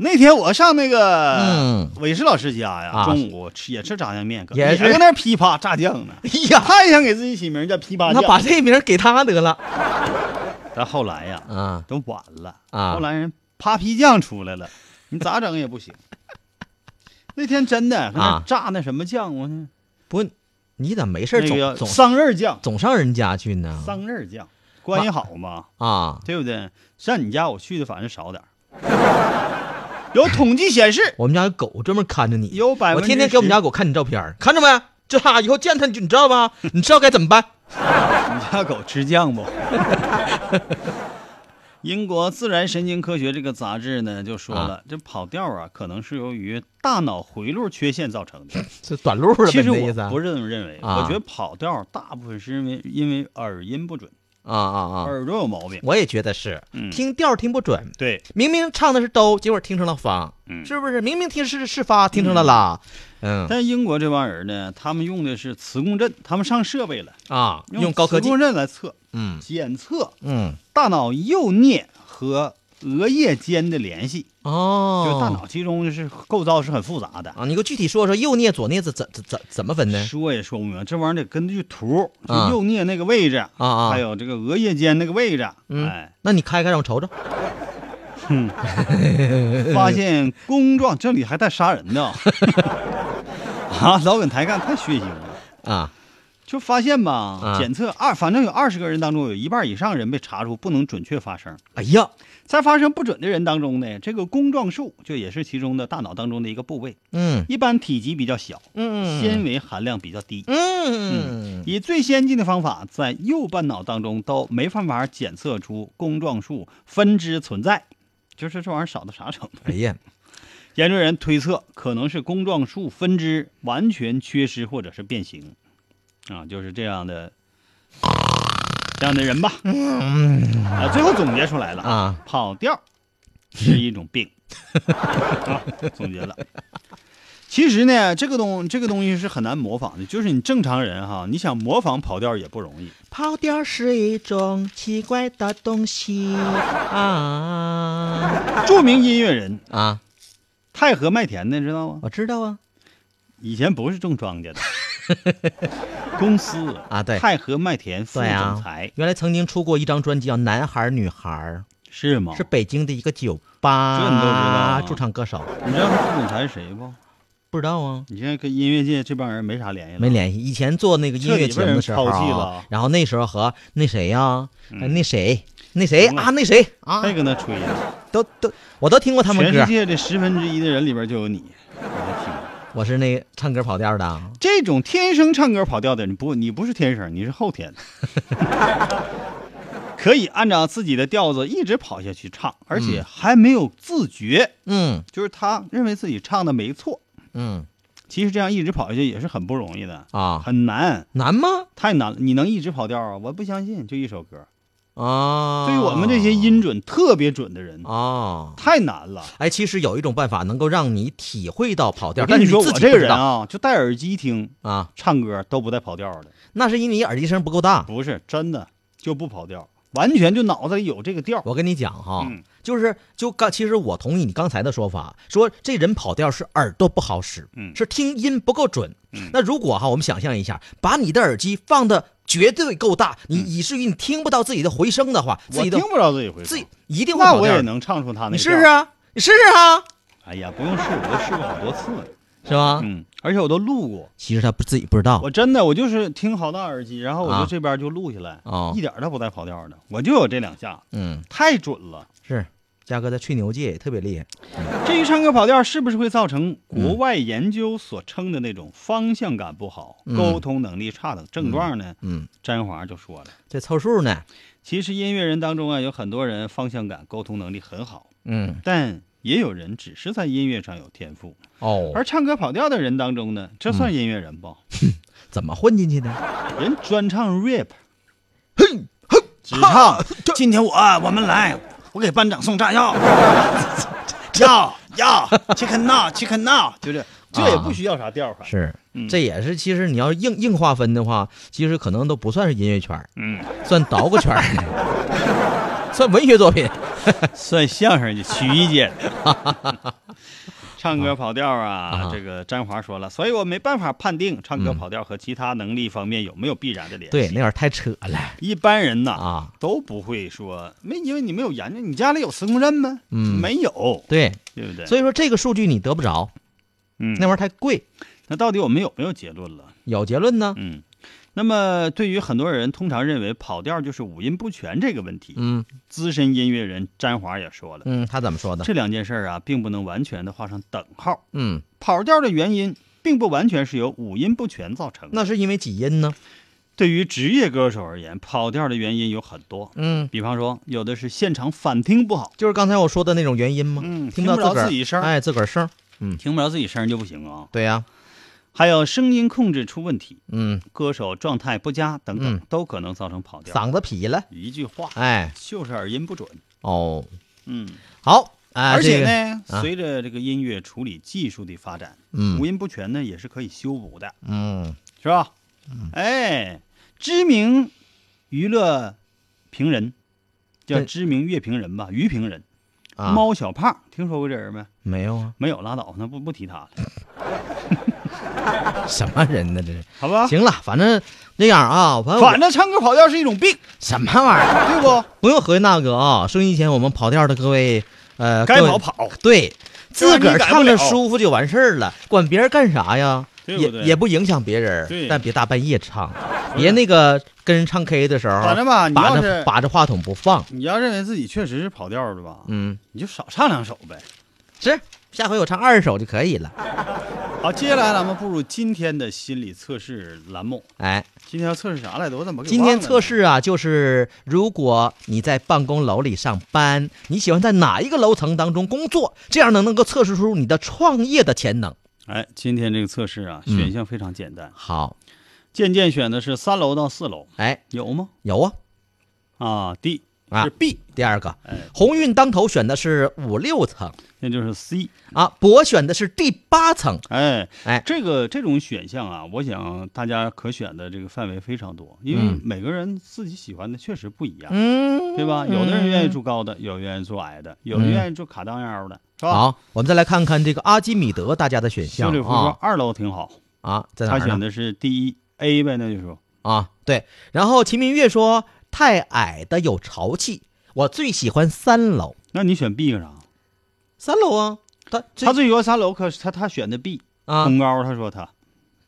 S4: 那天我上那个
S5: 嗯
S4: 韦氏老师家呀，
S5: 啊
S4: 中午吃也吃炸酱面，搁
S5: 也是
S4: 搁那儿噼啪炸酱呢。
S5: 哎呀，
S4: 他也想给自己起名叫噼啪
S5: 那把
S4: 酱，
S5: 这名儿给他得了
S4: 但后来呀
S5: 啊！
S4: 都晚了
S5: 啊
S4: 后来人啪皮酱出来了，你咋整也不行。那天真的搁那儿
S5: 啊
S4: 炸那什么酱，我呢
S5: 不，你咋没事儿
S4: 那
S5: 总
S4: 个
S5: 总
S4: 桑葚酱，
S5: 总上人家去呢？
S4: 桑葚酱关系好嘛，
S5: 啊！
S4: 对不对？上你家我去的反正少点儿。 *laughs* 有统计显示，
S5: 我们家有狗专门看着你，
S4: 有百
S5: 我
S4: 分之
S5: 天天给我们家狗看你照片儿，看着没？这哈以后见它你就你知道吧？你知道该怎么办？
S4: 你家狗吃酱不？ *laughs* 英国《自然神经科学》这个杂志呢，就说了，这跑调啊，可能是由于大脑回路缺陷造
S5: *laughs*
S4: 成的。
S5: 这短路了呗，
S4: 其实
S5: 你这意
S4: 我
S5: 思啊
S4: 不是这么认为，
S5: 啊
S4: 我觉得跑调大部分是因为因为耳音不准，
S5: 啊啊啊！
S4: 耳朵有毛病。
S5: 我也觉得是，
S4: 嗯
S5: 听调儿听不准，
S4: 对，
S5: 明明唱的是哆，结果听成了发，
S4: 嗯
S5: 是不是？明明听是是发，听成了拉，嗯
S4: 但英国这帮人呢，他们用的是磁共振，他们上设备了，
S5: 啊，用高科技
S4: 磁，共振来测，
S5: 嗯
S4: 检测
S5: 嗯
S4: 大脑右颞和额叶间的联系。
S5: 哦，
S4: 就大脑其中就是构造是很复杂的。
S5: 啊，你给我具体说说右颞左颞怎怎怎怎怎么分呢？
S4: 说也说不明白，这玩意儿得根据图，就
S5: 啊
S4: 右颞那个位置啊
S5: 啊啊
S4: 还有这个额叶间那个位置，
S5: 嗯
S4: 哎，
S5: 那你开开让我瞅瞅。
S4: 发现弓状，这里还带杀人
S5: *laughs*
S4: 的，哦啊，老梗抬杠太血腥了。
S5: 啊
S4: 就发现吧，
S5: 啊
S4: 检测二，反正有二十个人当中，有一半以上人被查出不能准确发声。，
S5: 哎呀，
S4: 在发声不准的人当中呢，这个弓状束就也是其中的大脑当中的一个部位，
S5: 嗯
S4: 一般体积比较小，
S5: 嗯
S4: 纤维含量比较低，
S5: 嗯
S4: 以最先进的方法，在右半脑当中都没办法检测出弓状束分支存在，就是这玩意儿少到啥程度？
S5: 哎呀，
S4: 研究人推测，可能是弓状束分支完全缺失或者是变形，啊，就是这样的这样的人吧。啊，最后总结出来了
S5: *laughs* 啊，
S4: 跑调是一种
S5: *laughs*
S4: 病。啊，总结了。其实呢，这个东这个东西是很难模仿的，就是你正常人哈，你想模仿跑调也不容易。
S5: 跑调是一种奇怪的东西啊
S4: 著名音乐人
S5: 啊！
S4: 太和麦田的知道吗？
S5: 我知道啊
S4: 以前不是种庄稼的，
S5: *laughs*
S4: 公司
S5: 啊，对
S4: 太和麦田副
S5: 对
S4: 总
S5: 啊
S4: 裁，
S5: 原来曾经出过一张专辑叫《男孩儿女孩儿
S4: 是吗》，？
S5: 是北京的一个酒吧，
S4: 啊这你都知道啊
S5: 驻唱歌手
S4: 你知道副总裁是谁不？
S5: 不知道啊，
S4: 你现在跟音乐界这帮人没啥联系了，
S5: 没联系。以前做那个音乐节目的时候、
S4: 彻底被人抛弃
S5: 啊
S4: 了，
S5: 然后那时候和那谁呀、
S4: 嗯
S5: 呃那谁那谁
S4: 行了
S5: 啊，那谁啊，
S4: 别跟他吹了。
S5: 都都我都听过他们
S4: 全
S5: 歌
S4: 世。界这十分之一的人里边就有你，我的天！
S5: 我是那唱歌跑调的啊，
S4: 这种天生唱歌跑调的人，不，你不是天生，你是后
S5: *laughs*
S4: 天的，可以按照自己的调子一直跑下去唱，而且还没有自觉，
S5: 嗯
S4: 就是他认为自己唱的没错。
S5: 嗯
S4: 其实这样一直跑下去也是很不容易的，
S5: 啊，
S4: 很难，
S5: 难吗？
S4: 太难了。你能一直跑调啊？我不相信，就一首歌。
S5: 啊，
S4: 对于我们这些音准特别准的人，
S5: 啊，
S4: 太难了。
S5: 哎，其实有一种办法能够让你体会到跑调，
S4: 我跟
S5: 但
S4: 你
S5: 是
S4: 说，
S5: 自
S4: 我
S5: 己
S4: 这
S5: 不
S4: 个
S5: 知
S4: 人
S5: 道
S4: 啊，就戴耳机听
S5: 啊，
S4: 唱歌都不带跑调的，
S5: 那是因为你耳机声不够大。
S4: 不是真的就不跑调，完全就脑子里有这个调。
S5: 我跟你讲哈，
S4: 嗯
S5: 就是就刚，其实我同意你刚才的说法，说这人跑调是耳朵不好使，
S4: 嗯
S5: 是听音不够准。
S4: 嗯
S5: 那如果哈，我们想象一下，把你的耳机放的绝对够大，你以至于你听不到自己的回声的话，自
S4: 我
S5: 己
S4: 听
S5: 的
S4: 不着自己回
S5: 自
S4: 声
S5: 己，一定会
S4: 那
S5: 跑
S4: 我
S5: 调
S4: 也
S5: 的。
S4: 能唱出他那。
S5: 你试试？啊，你试试啊，
S4: 哎呀，不用试，我都试过好多次了。
S5: 是吧？
S4: 嗯，而且我都录过，
S5: 其实他不自己不知道
S4: 我真的我就是听好大耳机，然后我
S5: 啊
S4: 就这边就录下来，
S5: 哦
S4: 一点儿都不带跑调的，我就有这两下，
S5: 嗯，
S4: 太准了。
S5: 是嘉哥在吹牛界也特别厉害。
S4: 至于唱歌跑调是不是会造成国外研究所称的那种方向感不好、
S5: 嗯
S4: 沟通能力差等症状呢？
S5: 嗯，
S4: 詹华就说了，
S5: 在凑数呢。
S4: 其实音乐人当中啊，有很多人方向感、沟通能力很好，
S5: 嗯，
S4: 但也有人只是在音乐上有天赋。
S5: 哦，
S4: 而唱歌跑调的人当中呢，这算音乐人不？
S5: 怎么混进去的？
S4: 人专唱 rap，
S5: 哼哼，
S4: 只唱。今天我啊我们来，我给班长送炸药， *laughs* 要要 chicken
S1: *laughs*
S4: now chicken now，就是啊这也不需要啥调法。
S5: 是
S4: 嗯，
S5: 这也是其实你要硬硬划分的话，其实可能都不算是音乐圈儿，
S4: 嗯，
S5: 算捣鼓圈儿，
S4: *laughs*
S5: 算文学作品。
S4: 算相声的曲艺 *laughs* 界的。唱歌跑调啊，
S5: 啊
S4: 这个詹华说了，所以我没办法判定唱歌跑调和其他能力方面有没有必然的联系。
S5: 对，那玩意儿太扯了
S4: 一般人呐
S5: 啊！
S4: 都不会说没，因为你没有研究，你家里有磁共振吗？
S5: 嗯
S4: 没有，
S5: 对，
S4: 对不对？
S5: 所以说这个数据你得不着，
S4: 嗯，
S5: 那玩意儿太贵。
S4: 那到底我们有没有结论了？
S5: 有结论呢？
S4: 嗯，那么对于很多人通常认为跑调就是五音不全这个问题，
S5: 嗯
S4: 资深音乐人詹华也说了，
S5: 嗯，他怎么说的？
S4: 这两件事儿啊，并不能完全的画上等号。
S5: 嗯，
S4: 跑调的原因并不完全是由五音不全造成的。
S5: 那是因为几音呢？
S4: 对于职业歌手而言，跑调的原因有很多，
S5: 嗯，
S4: 比方说有的是现场反听不好，
S5: 就是刚才我说的那种原因吗？
S4: 嗯
S5: 听不到
S4: 听不
S5: 个
S4: 着
S5: 儿
S4: 自己声儿
S5: 哎，自个儿声儿。
S4: 听不着自己声儿就不行啊。
S5: 对呀、
S4: 还有声音控制出问题，
S5: 嗯，
S4: 歌手状态不佳等等，
S5: 嗯
S4: 都可能造成跑调。
S5: 嗓子劈了，
S4: 一句话
S5: 哎，
S4: 就是耳音不准。
S5: 哦，
S4: 嗯，
S5: 好，哎，
S4: 而且
S5: 这个，
S4: 呢，
S5: 啊
S4: 随着这个音乐处理技术的发展，五
S5: 嗯
S4: 音不全呢也是可以修补的，
S5: 嗯，
S4: 是吧？哎，知名娱乐评人叫
S5: 对
S4: 知名乐评人吧，于评人，
S5: 啊，
S4: 猫小胖，听说过这人没？
S5: 没有啊，
S4: 没有，拉倒，那不不提他了，
S5: 什么人呢？这是，
S4: 好吧？
S5: 行了，反正这样啊，反正
S4: 啊反正唱歌跑调是一种病，
S5: 什么玩意儿，
S4: 对不？
S5: 不用合计那个啊，收音前我们跑调的各位，呃，
S4: 该
S5: 各位
S4: 跑，跑，
S5: 对，自个儿唱
S4: 这玩意儿
S5: 着
S4: 你改不了
S5: 舒服就完事儿了，管别人干啥呀？
S4: 对不
S5: 也
S4: 对？
S5: 也不影响别人，
S4: 对
S5: 但别大半夜唱，别那个跟人唱 K 的时候，
S4: 反正吧，你
S5: 把
S4: 要
S5: 着
S4: 是
S5: 把着话筒不放，
S4: 你要认为自己确实是跑调的吧，
S5: 嗯，
S4: 你就少唱两首呗。
S5: 是，下回我唱二首就可以了，
S4: 好，接下来咱们步入今天的心理测试栏目。
S5: 哎。
S4: 今天要测试啥来着？我怎么给
S5: 今
S4: 忘了
S5: 天
S4: 呢
S5: 测试啊，就是如果你在办公楼里上班，你喜欢在哪一个楼层当中工作？这样呢，能够测试出你的创业的潜能。
S4: 哎，今天这个测试啊，
S5: 嗯
S4: 选项非常简单，
S5: 好，
S4: 渐渐选的是三楼到四楼，
S5: 哎，
S4: 有吗？
S5: 有啊。
S4: 啊，D
S5: 啊
S4: 是 B，
S5: 第二个
S4: 哎，
S5: 鸿运当头选的是五六层
S4: 那就是 C。
S5: 啊，博选的是第八层。
S4: 哎
S5: 哎
S4: 这个这种选项啊，我想大家可选的这个范围非常多，因为
S5: 嗯
S4: 每个人自己喜欢的确实不一样，
S5: 嗯，
S4: 对吧？有的人愿意住高的，有人愿意住矮的，有人愿意住卡裆腰的，是吧？
S5: 好，我们再来看看这个阿基米德大家的选
S4: 秀
S5: 项
S4: 里夫说
S5: 啊
S4: 二楼挺好，
S5: 啊，在哪
S4: 他
S5: 儿
S4: 选
S5: 呢？
S4: 的是第一 A 呗，那就说
S5: 啊，对。然后秦明月说太矮的有潮气，我最喜欢三楼，
S4: 那你选 B 干啥？
S5: 三楼啊，他
S4: 他最喜欢三楼，可是他他选的 B，
S5: 啊，
S4: 恐高，他说他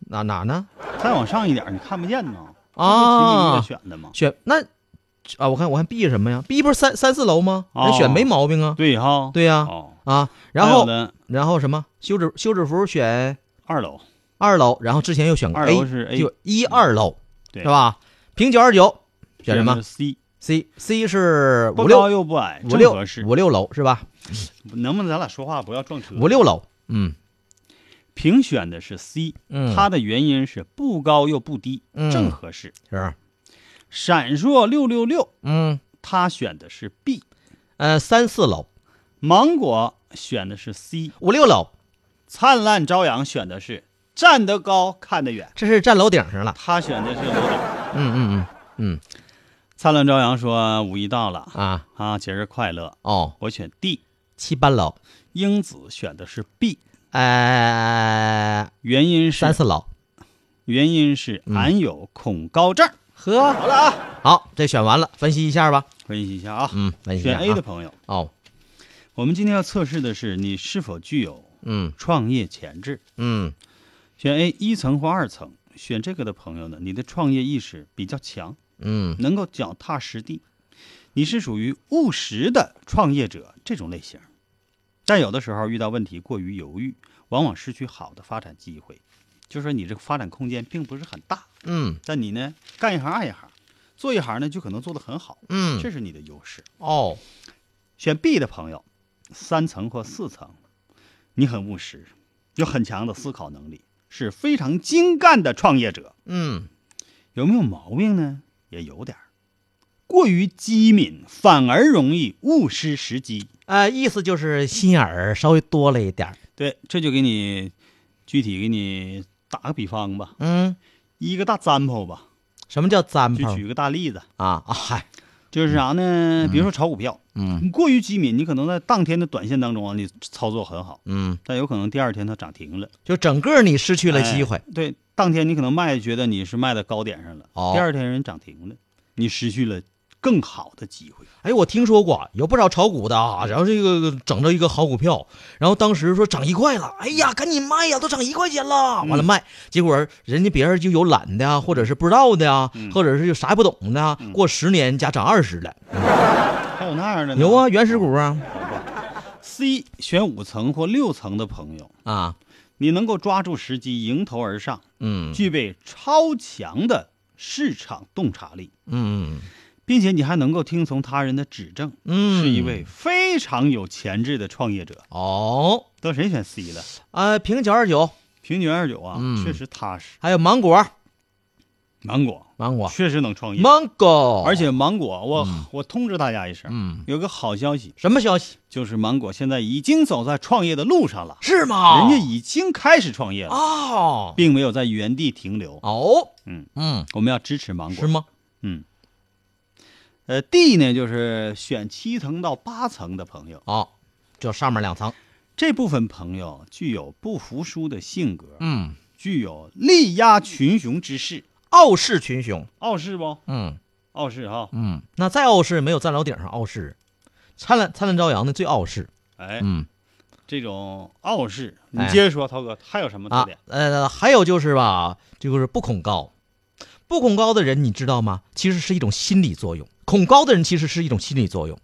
S5: 哪哪呢？
S4: 再往上一点你看不见呢。
S5: 啊，
S4: 这不是秦明月选的吗？
S5: 选那啊，我看我看 B 是什么呀？B 不是三三四楼吗？
S4: 哦
S5: 那选没毛病啊。
S4: 对哈，
S5: 对呀、
S4: 哦，
S5: 啊，然
S4: 还有
S5: 后
S4: 呢，
S5: 然后什么？休止休止符选
S4: 二楼，
S5: 二楼，然后之前又选过
S4: 二
S5: A，
S4: 楼是 A，
S5: 嗯哎
S4: 嗯
S5: 就一二楼，
S4: 对
S5: 是吧？平九二九选什
S4: 这
S5: 么
S4: 是？C，
S5: ？C C 是
S4: 不
S5: 五
S4: 高
S5: 六
S4: 又不矮，
S5: 五
S4: 正
S5: 六
S4: 合适。
S5: 五六楼是吧？
S4: 能不能咱俩说话不要撞车？
S5: 五六楼，嗯
S4: 评选的是 C，
S5: 嗯，
S4: 它的原因是不高又不低，
S5: 嗯
S4: 正合适。
S5: 是
S4: 闪烁六六六，
S5: 嗯
S4: 他选的是 B，
S5: 呃三四楼
S4: 芒果选的是 C，
S5: 五六楼，
S4: 灿烂朝阳选的是站得高看得远，
S5: 这是站楼顶上了，
S4: 他选的是楼顶。
S5: 嗯嗯嗯
S4: 灿烂朝阳说五一到了
S5: 嗯啊
S4: 啊，节日快乐，
S5: 哦
S4: 我选 D。
S5: 七班楼，
S4: 英子选的是 B，
S5: 呃
S4: 原因
S5: 三嗯
S4: 是
S5: 四楼，
S4: 原因是俺有恐高症。
S5: 呵，好了啊，好，这选完了，分析一下吧，
S4: 分析一下啊，
S5: 嗯，分析一
S4: 选
S5: 下
S4: A 的
S5: 啊，
S4: 朋友，
S5: 哦，
S4: 我们今天要测试的是你是否具有
S5: 嗯
S4: 创业潜质。
S5: 嗯
S4: 选 A 一层或二层，选这个的朋友呢，你的创业意识比较强，
S5: 嗯
S4: 能够脚踏实地，你是属于务实的创业者这种类型。但有的时候遇到问题过于犹豫，往往失去好的发展机会，就说你这个发展空间并不是很大。
S5: 嗯
S4: 但你呢，干一行爱一行，做一行呢就可能做得很好，
S5: 嗯，
S4: 这是你的优势。
S5: 哦，
S4: 选 B 的朋友，三层或四层，你很务实，有很强的思考能力，是非常精干的创业者。
S5: 嗯
S4: 有没有毛病呢？也有点儿，过于机敏，反而容易误失时机。
S5: 呃，意思就是心眼儿稍微多了一点儿，
S4: 对，这就给你具体给你打个比方吧，
S5: 嗯，
S4: 一个大 example 吧，
S5: 什么叫占
S4: 就
S5: 卜
S4: 举个大例子，
S5: 啊啊嗨，
S4: 就是啥呢？比如说炒股票，
S5: 嗯
S4: 你过于机敏，你可能在当天的短线当中啊，你操作很好，
S5: 嗯，
S4: 但有可能第二天它涨停了，
S5: 就整个你失去了机会
S4: 哎，对，当天你可能卖，觉得你是卖在高点上了，
S5: 哦
S4: 第二天人涨停了，你失去了更好的机会。
S5: 哎，我听说过有不少炒股的啊，然后这个整着一个好股票，然后当时说涨一块了，哎呀，赶紧卖呀，都涨一块钱了，完
S4: 嗯
S5: 了卖，结果人家别人就有懒的啊，或者是不知道的啊，
S4: 嗯
S5: 或者是就啥也不懂的啊，过十年家涨二十了，
S4: 还有那样的呢
S5: 有啊，原始股啊，
S4: C 选五层或六层的朋友，
S5: 啊，
S4: 你能够抓住时机，迎头而上，
S5: 嗯
S4: 具备超强的市场洞察力，
S5: 嗯
S4: 并且你还能够听从他人的指正，
S5: 嗯，
S4: 是一位非常有潜质的创业者。
S5: 哦，
S4: 都谁选 C 了？
S5: 呃，平九二九，
S4: 平均二九啊，
S5: 嗯
S4: 确实踏实。
S5: 还有芒果，
S4: 芒果
S5: 芒果，
S4: 确实能创业，
S5: 芒果，
S4: 而且芒果，我、我通知大家一声，
S5: 嗯，
S4: 有个好消息，
S5: 什么消息？
S4: 就是芒果现在已经走在创业的路上了，
S5: 是吗？
S4: 人家已经开始创业了，
S5: 哦
S4: 并没有在原地停留。
S5: 哦，
S4: 嗯
S5: 嗯，
S4: 我们要支持芒
S5: 是
S4: 果。
S5: 吗？
S4: 嗯，呃，D 呢就是选七层到八层的朋友，
S5: 哦，就上面两层，
S4: 这部分朋友具有不服输的性格，
S5: 嗯，
S4: 具有力压群雄之势，
S5: 傲视群雄，
S4: 傲视不？
S5: 嗯
S4: 傲视哈，
S5: 嗯，那再傲视没有站楼顶上傲视，灿烂灿烂朝阳的最傲视，
S4: 哎，
S5: 嗯
S4: 这种傲视，你
S5: 哎
S4: 接着说，涛哥还有什么特
S5: 啊
S4: 点？，
S5: 呃，还有就是吧，就是不恐高，不恐高的人你知道吗？其实是一种心理作用，恐高的人其实是一种心理作用，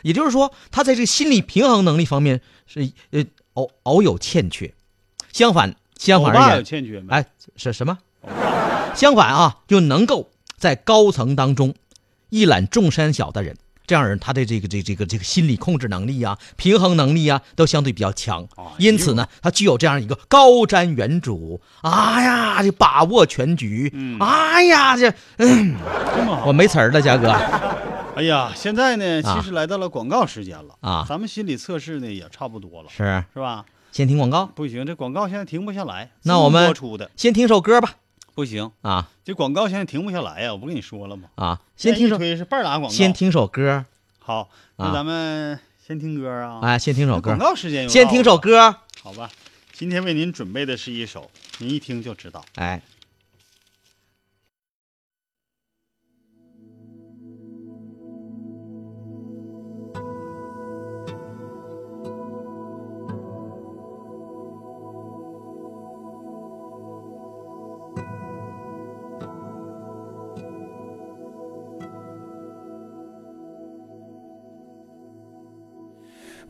S5: 也就是说他在这个心理平衡能力方面是呃偶偶有欠缺，相反相
S4: 欧
S5: 反
S4: 巴
S5: 而
S4: 有
S5: 言
S4: 欠缺没？
S5: 哎是什么？相反啊，就能够在高层当中一览众山小的人，这样人他的这个这这个这个心理控制能力啊、平衡能力啊，都相对比较强
S4: 哦。
S5: 因此呢，他具有这样一个高瞻远瞩，啊呀，这把握全局，
S4: 嗯
S5: 哎呀，这
S4: 这么好
S5: 我。没词儿了，嘉哥。
S4: 哎呀，现在呢，
S5: 啊
S4: 其实来到了广告时间了
S5: 啊
S4: 咱们心理测试呢也差不多了，
S5: 是，啊
S4: 是吧？
S5: 先听广告，
S4: 不行，这广告现在停不下来。
S5: 那我们
S4: 播出的
S5: 先听首歌吧。
S4: 不行，
S5: 啊
S4: 这广告现在停不下来呀、我不跟你说了吗？
S5: 啊，先听
S4: 一
S5: 首，
S4: 推是半拉广告。
S5: 先听首歌，
S4: 好，
S5: 啊
S4: 那咱们先听歌啊。
S5: 哎，先听
S4: 那
S5: 首歌
S4: 广，告时间又
S5: 先听首
S4: 歌，
S5: 歌，
S4: 好吧？今天为您准备的是一首，您一听就知道。
S5: 哎。
S8: Thank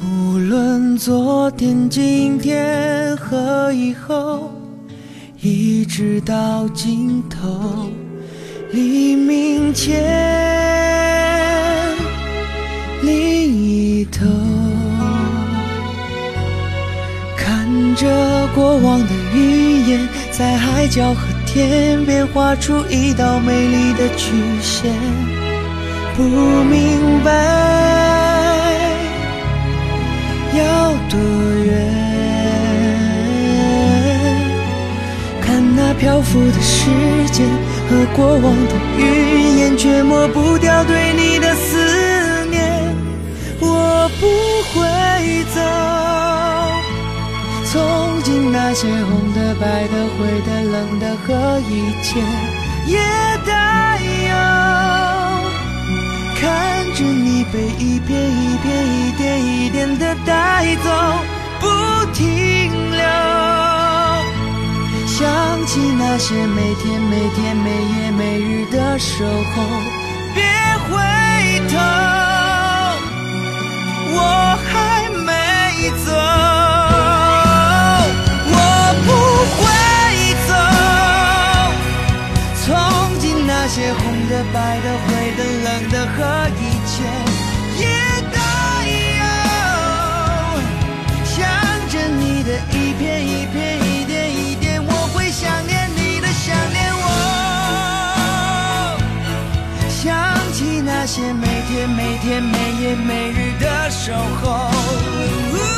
S8: 无论昨天、今天和以后，一直到尽头，黎明前另一头，看着过往的云烟，在海角和天边画出一道美丽的曲线，不明白。要多远？看那漂浮的时间和过往的云烟，却抹不掉对你的思念。我不会走，从今那些红的、白的、灰的、冷的和以前也带有。看着你被一片一片、一点一点的带走，不停留。想起那些每天、每天、每夜、每日的守候，别回头，我还没走。我不会走，从今那些红的、白的、灰的、冷的和以前也都有。想着你的一片一片、一点一点，我会想念你的，想念我。想起那些每天、每天、每夜、每日的守候。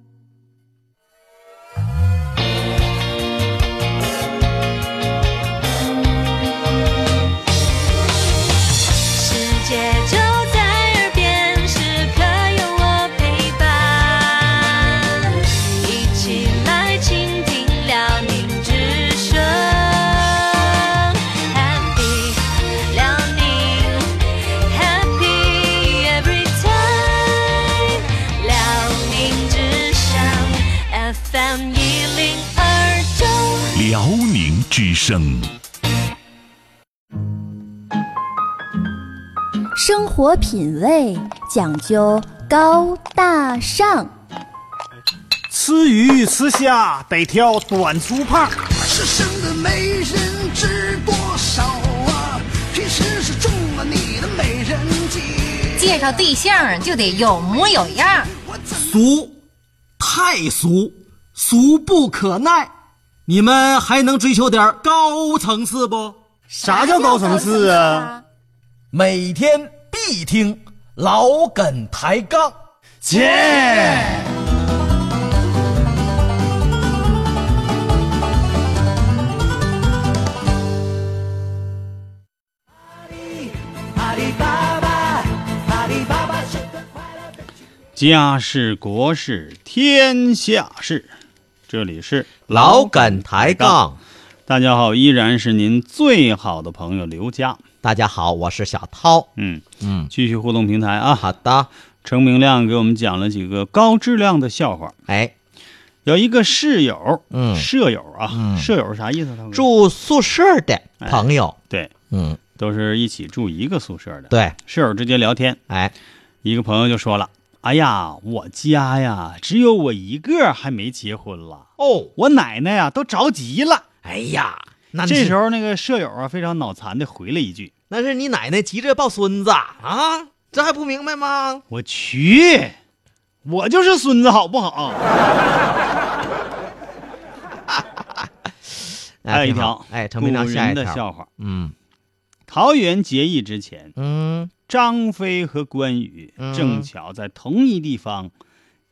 S9: 世界就在耳边，时刻有我陪伴。一起来倾听辽宁之声，Happy 辽宁，Happy every time。辽宁之声 FM 一零二九。
S10: 辽宁之声。
S11: 生活品味讲究高大上，
S1: 吃鱼吃虾得挑短粗胖，
S8: 是生的没人知多少啊，平时是中了你的美人计。
S7: 介绍对象就得有模有样，
S2: 俗，太俗，俗不可耐。你们还能追求点高层次不？
S1: 啥叫高层次啊？？
S2: 每天必听老梗抬杠。
S11: 哎
S1: 切！
S4: 家事国事天下事，这里是
S5: 老梗抬杠，
S4: 大家好，依然是您最好的朋友刘佳。
S5: 大家好，我是小涛。
S4: 嗯，
S5: 嗯，
S4: 继续互动平台啊。
S5: 好的，
S4: 程明亮给我们讲了几个高质量的笑话。
S5: 哎，
S4: 有一个室友，
S5: 嗯
S4: 舍友啊，
S5: 嗯
S4: 舍友是啥意思？他们
S5: 住宿舍的
S4: 哎
S5: 朋友，
S4: 对，
S5: 嗯，
S4: 都是一起住一个宿舍的。，
S5: 对，
S4: 室友之间聊天，
S5: 哎，
S4: 一个朋友就说了：“哎呀，我家呀，只有我一个还没结婚了，
S5: 哦，
S4: 我奶奶呀都着急了。
S5: 哎呀，那”
S4: 这时
S5: 候
S4: 候那个舍友啊非常脑残的回了一句
S5: 那是你啊奶奶急着抱孙子啊，这还不明白吗？：“
S4: 我去，我就是孙子，好不好？还有一条，
S5: 哎，陈明章
S4: 古
S5: 下一
S4: 人
S5: 条
S4: 的笑话，
S5: 嗯
S4: 桃园结义之前，
S5: 嗯，
S4: 张飞和关羽
S5: 嗯
S4: 正巧在同一地方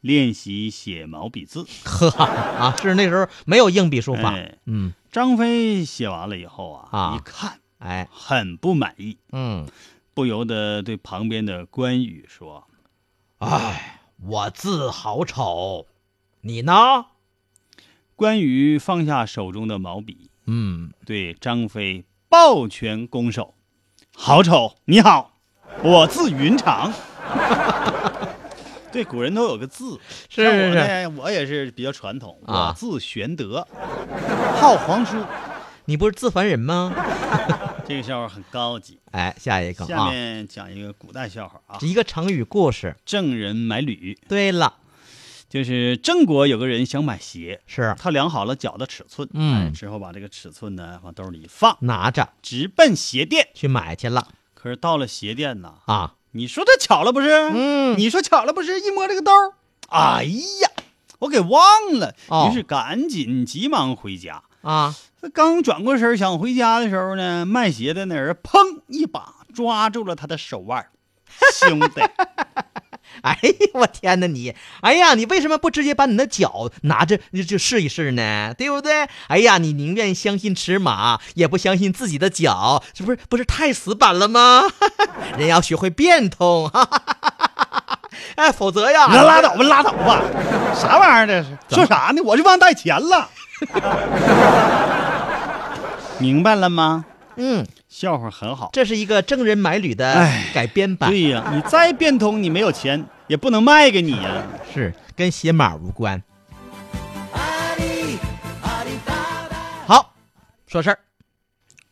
S4: 练习写毛笔字。
S5: 呵啊，是那时候没有硬笔书法，
S4: 哎
S5: 嗯，
S4: 张飞写完了以后啊，
S5: 啊
S4: 一看
S5: 哎，
S4: 很不满意，
S5: 嗯，
S4: 不由得对旁边的关羽说
S5: 哎，我字好丑，你呢？：“
S4: 关羽放下手中的毛笔，
S5: 嗯，
S4: 对张飞抱拳拱手，好丑，你好，我字云长。”对，古人都有个字，
S5: 是
S4: 像我
S5: 是
S4: 呢，我也是比较传统，
S5: 啊
S4: 我字玄德，号皇叔。
S5: 你不是字凡人吗？
S4: 这个笑话很高级。
S5: 哎，下一个
S4: 下
S5: 啊，
S4: 面讲一个古代笑话啊，
S5: 一个成语故事。
S4: 郑人买履，
S5: 对了，
S4: 就是郑国有个人想买鞋，
S5: 是
S4: 他量好了脚的尺寸，
S5: 嗯
S4: 哎之后把这个尺寸呢往兜里一放，
S5: 拿着
S4: 直奔鞋店。
S5: 去买去了
S4: 可是到了鞋店呢，
S5: 啊。
S4: 你说这巧了不是？
S5: 嗯
S4: 你说巧了不是？一摸这个兜儿，哎呀，我给忘了。
S5: 哦
S4: 于是赶紧急忙回家。
S5: 啊，
S4: 他刚转过身想回家的时候呢，卖鞋的那人砰一把抓住了他的手腕，兄
S5: *laughs*
S4: 弟，
S5: 哎呀，我天哪你！哎呀，你为什么不直接把你的脚拿着你就试一试呢？对不对？哎呀，你宁愿相信尺码，也不相信自己的脚，这不是不是太死板了吗？ *laughs* 人要学会变通， *laughs* 哈哈哈哈哈哈哎，否则呀，
S4: 那拉倒吧，拉倒吧，啥玩意儿这是？说啥呢？我就忘带钱
S5: *laughs*
S4: 了。明白了吗？
S5: 嗯，
S4: 笑话很好。
S5: 这是一个证人买履的
S4: 哎
S5: 改编版，
S4: 对呀、你再变通，你没有钱也不能卖给你啊呀、
S5: 是跟鞋码无关。好，说事儿，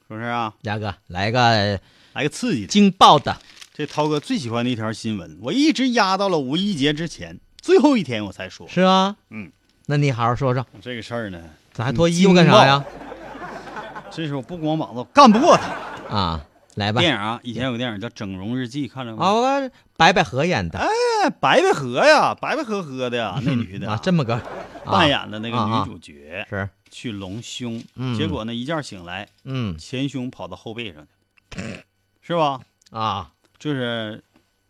S4: 是不是啊？
S5: 牙哥来个
S4: 来个刺激的。
S5: 惊爆的，
S4: 这涛哥最喜欢的一条新闻，我一直压到了五一节之前，最后一天我才说。
S5: 是啊，
S4: 嗯，
S5: 那你好好说说，
S4: 这个事儿呢，
S5: 咱还脱衣服干啥呀？
S4: 真是我不光膀子，我干不过他。
S5: 啊，来吧，
S4: 电影啊，以前有个电影叫《整容日记》，看着
S5: 啊，
S4: 吗？
S5: 我白百合演的，
S4: 哎，白百合呀，白白合合的呀，那女的
S5: 啊，这么个
S4: *laughs* 扮
S5: 扮
S4: 演的那个女主角
S5: 是，
S4: 去隆胸，
S5: 嗯
S4: 结果呢一觉醒来，
S5: 嗯
S4: 前胸跑到后背上去了，
S5: *laughs*
S4: 是吧？
S5: 啊
S4: 就是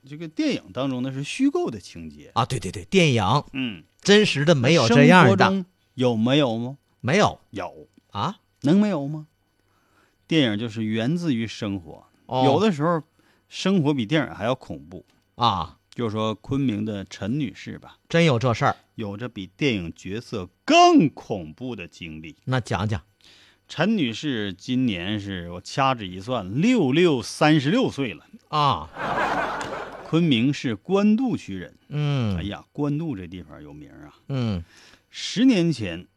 S4: 这个电影当中那是虚构的情节，
S5: 啊，对对对，电影
S4: 嗯，
S5: 真实的没有这样
S4: 生活
S5: 的，
S4: 中有没有吗？
S5: 没有
S4: 有，
S5: 啊，
S4: 能没有吗？电影就是源自于生活，
S5: 哦
S4: 有的时候生活比电影还要恐怖。
S5: 啊，
S4: 就说昆明的陈女士吧，
S5: 真有这事儿，
S4: 有着比电影角色更恐怖的经历。
S5: 那讲讲
S4: 陈女士今年是我掐指一算，六六三十六岁了。
S5: 啊，
S4: 昆明市官渡区人，哎
S5: 嗯
S4: 呀，官渡这地方有名啊。
S5: 嗯，
S4: 十年前，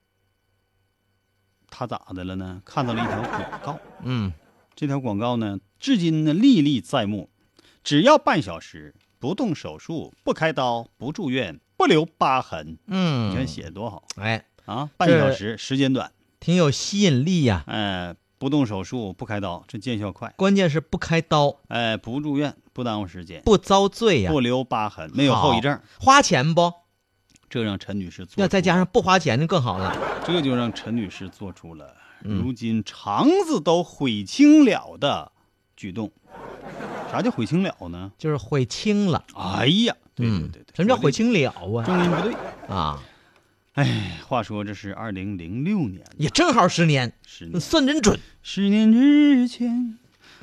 S4: 她咋的了呢？看到了一条广告，
S5: 嗯，
S4: 这条广告呢，至今呢历历在目。只要半小时，不动手术，不开刀，不住院，不留疤痕。你看
S5: 嗯，
S4: 写的多好
S5: 哎，
S4: 啊！半小时，时间短，
S5: 挺有吸引力呀、
S4: 哎，不动手术，不开刀，这见效快。
S5: 关键是不开刀，
S4: 哎，不住院，不耽误时间，
S5: 不遭罪呀、啊
S4: 不留疤痕，没有后遗症，
S5: 花钱不？
S4: 这让陈女士做出
S5: 要再加上不花钱就更好了。
S4: 这就让陈女士做出了
S5: 嗯
S4: 如今肠子都悔青了的举动。啥叫悔青了呢？
S5: 就是悔青了。
S4: 哎呀，对对
S5: 嗯
S4: 对对，
S5: 什么叫悔
S4: 我
S5: 青了
S4: 这？
S5: 啊？
S4: 重音不对。
S5: 啊，
S4: 哎，话说这是二零零六年
S5: 也正好十年，
S4: 十年
S5: 算真准。
S4: 十年之前，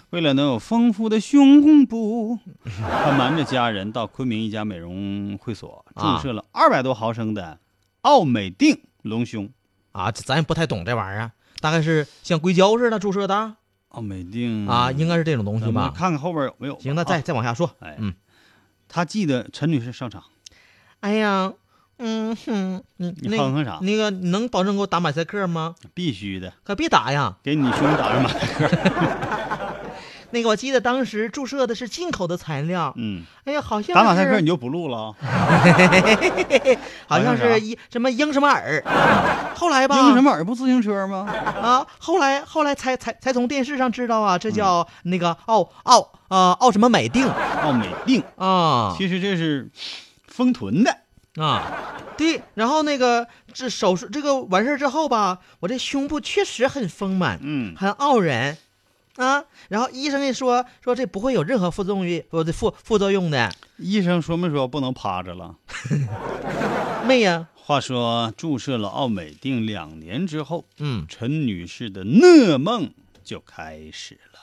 S4: 为了能有丰富的胸部，他瞒着家人到昆明一家美容会所
S5: 啊
S4: 注射了二百多毫升的奥美定隆胸。
S5: 啊，这咱也不太懂这玩意儿，啊大概是像硅胶似的注射的啊，
S4: 奥美定
S5: 啊应该是这种东西
S4: 嗯咱们
S5: 吧？
S4: 看看后边有没有。
S5: 行，那再、
S4: 啊
S5: 再往下说。
S4: 哎
S5: 嗯，
S4: 他记得陈女士上场，
S5: 哎呀，嗯哼，你
S4: 你哼哼啥
S5: 那个你能保证给我打马赛克吗？
S4: 必须的，
S5: 可别打呀！
S4: 给你胸打上马赛 *laughs* 克。
S5: 那个我记得当时注射的是进口的材料，
S4: 嗯，
S5: 哎呀，好像
S4: 打马赛克
S5: 是
S4: 你就不录了啊？
S5: 好像
S4: 好像是啊
S5: 是一什么英什
S4: *laughs*
S5: 么尔，后来吧，
S4: 英什么耳不自行车吗？
S5: 啊，后来后来才才才从电视上知道啊，
S4: 嗯
S5: 这叫那个奥奥呃奥什么美定
S4: 哦奥美定，
S5: 啊，
S4: 其实这是丰臀的。
S5: 啊，对，然后那个这手术这个完事儿之后吧，我这胸部确实很丰满，
S4: 嗯，
S5: 很傲人，啊，然后医生也说说这不会有任何副作用，不对副副作用的，
S4: 医生说没说不能趴着了？
S5: 妹呀、
S4: 话说注射了奥美定两年之后，
S5: 嗯，
S4: 陈女士的噩梦就开始了，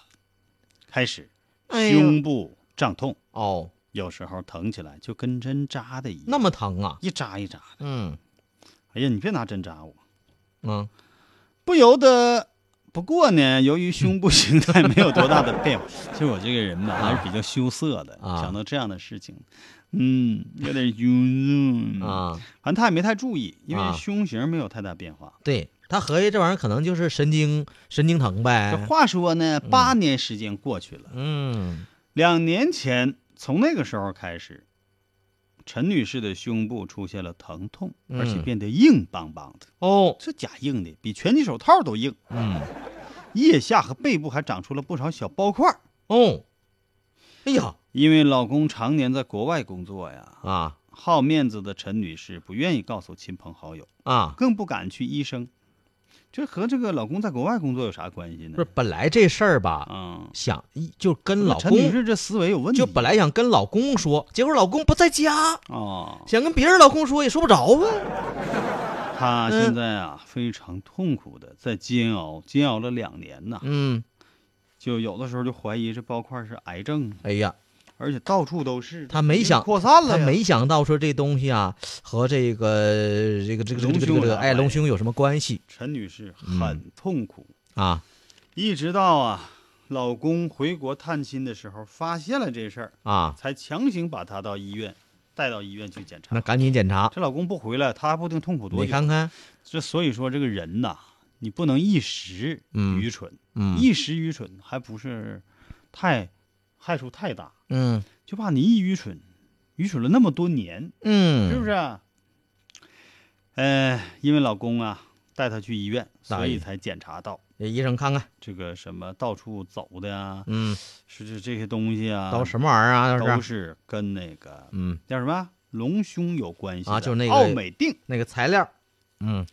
S4: 开始
S5: 哎呦
S4: 胸部胀痛，
S5: 哦，
S4: 有时候疼起来就跟针扎的一样，
S5: 那么疼啊，
S4: 一扎一扎的。
S5: 嗯
S4: 哎呀，你别拿针扎我，
S5: 嗯，
S4: 不由得。不过呢，由于胸部形态没有多大的变
S5: *laughs*
S4: 化，其实我这个人吧还是比较羞涩的，
S5: 啊
S4: 想到这样的事情，嗯，有点晕
S5: 啊，
S4: 反正他也没太注意，因
S5: 啊
S4: 为胸型没有太大变化。
S5: 对他合计这玩意儿可能就是神经神经疼
S4: 这
S5: 呗，
S4: 话说呢，八年时间过去了，
S5: 嗯
S4: 两年前从那个时候开始，陈女士的胸部出现了疼痛，
S5: 嗯
S4: 而且变得硬邦邦的，
S5: 哦，
S4: 这假硬的比拳击手套都硬。
S5: 嗯
S4: 腋下和背部还长出了不少小包块儿。
S5: 哦，哎呀
S4: 因为老公常年在国外工作呀，
S5: 啊
S4: 好面子的陈女士不愿意告诉亲朋好友，
S5: 啊，
S4: 更不敢去医生。这和这个老公在国外工作有啥关系
S5: 不
S4: 呢
S5: 是？本来这事儿吧，
S4: 嗯，
S5: 想一就跟老
S4: 陈女
S5: 公
S4: 士这思维有问题。
S5: 就本来想跟老公说，结果老公不在家，
S4: 哦，
S5: 想跟别人老公说也说不着啊。
S4: 她现在啊、非常痛苦的在煎熬，煎熬了两年呐、
S5: 嗯，
S4: 就有的时候就怀疑这包块是癌症，
S5: 哎呀，
S4: 而且到处都是。
S5: 她没想
S4: 扩散了
S5: 他
S4: 哎呀，
S5: 没想到说这东西啊和这个这个这个这个这个这
S4: 隆胸有啥关系
S5: 个哎隆胸有什么关系
S4: 陈女士
S5: 嗯
S4: 很痛苦。
S5: 啊？
S4: 一直到啊，老公回国探亲的时候发现了这事儿，
S5: 啊，
S4: 才强行把她到医院带到医院去检查
S5: 那。赶紧检查，
S4: 这老公不回来，她还不定痛苦多
S5: 你
S4: 久。
S5: 看看，
S4: 这所以说，这个人呐，你不能一时
S5: 嗯
S4: 愚蠢，
S5: 嗯
S4: 一时愚蠢还不是太害处太大，
S5: 嗯
S4: 就怕你一愚蠢，愚蠢了那么多年，
S5: 嗯，
S4: 是不是？啊呃，因为老公啊带她去医院，
S5: 大
S4: 所
S5: 意
S4: 以才检查到
S5: 给医生看看，
S4: 这个什么到处走的呀、
S5: 嗯，
S4: 是这这些东西啊，
S5: 都什么玩意儿啊？
S4: 都
S5: 都是，
S4: 是跟那个
S5: 嗯，
S4: 叫什么隆胸有关系的
S5: 啊就是那个
S4: 奥美定
S5: 那个材料，嗯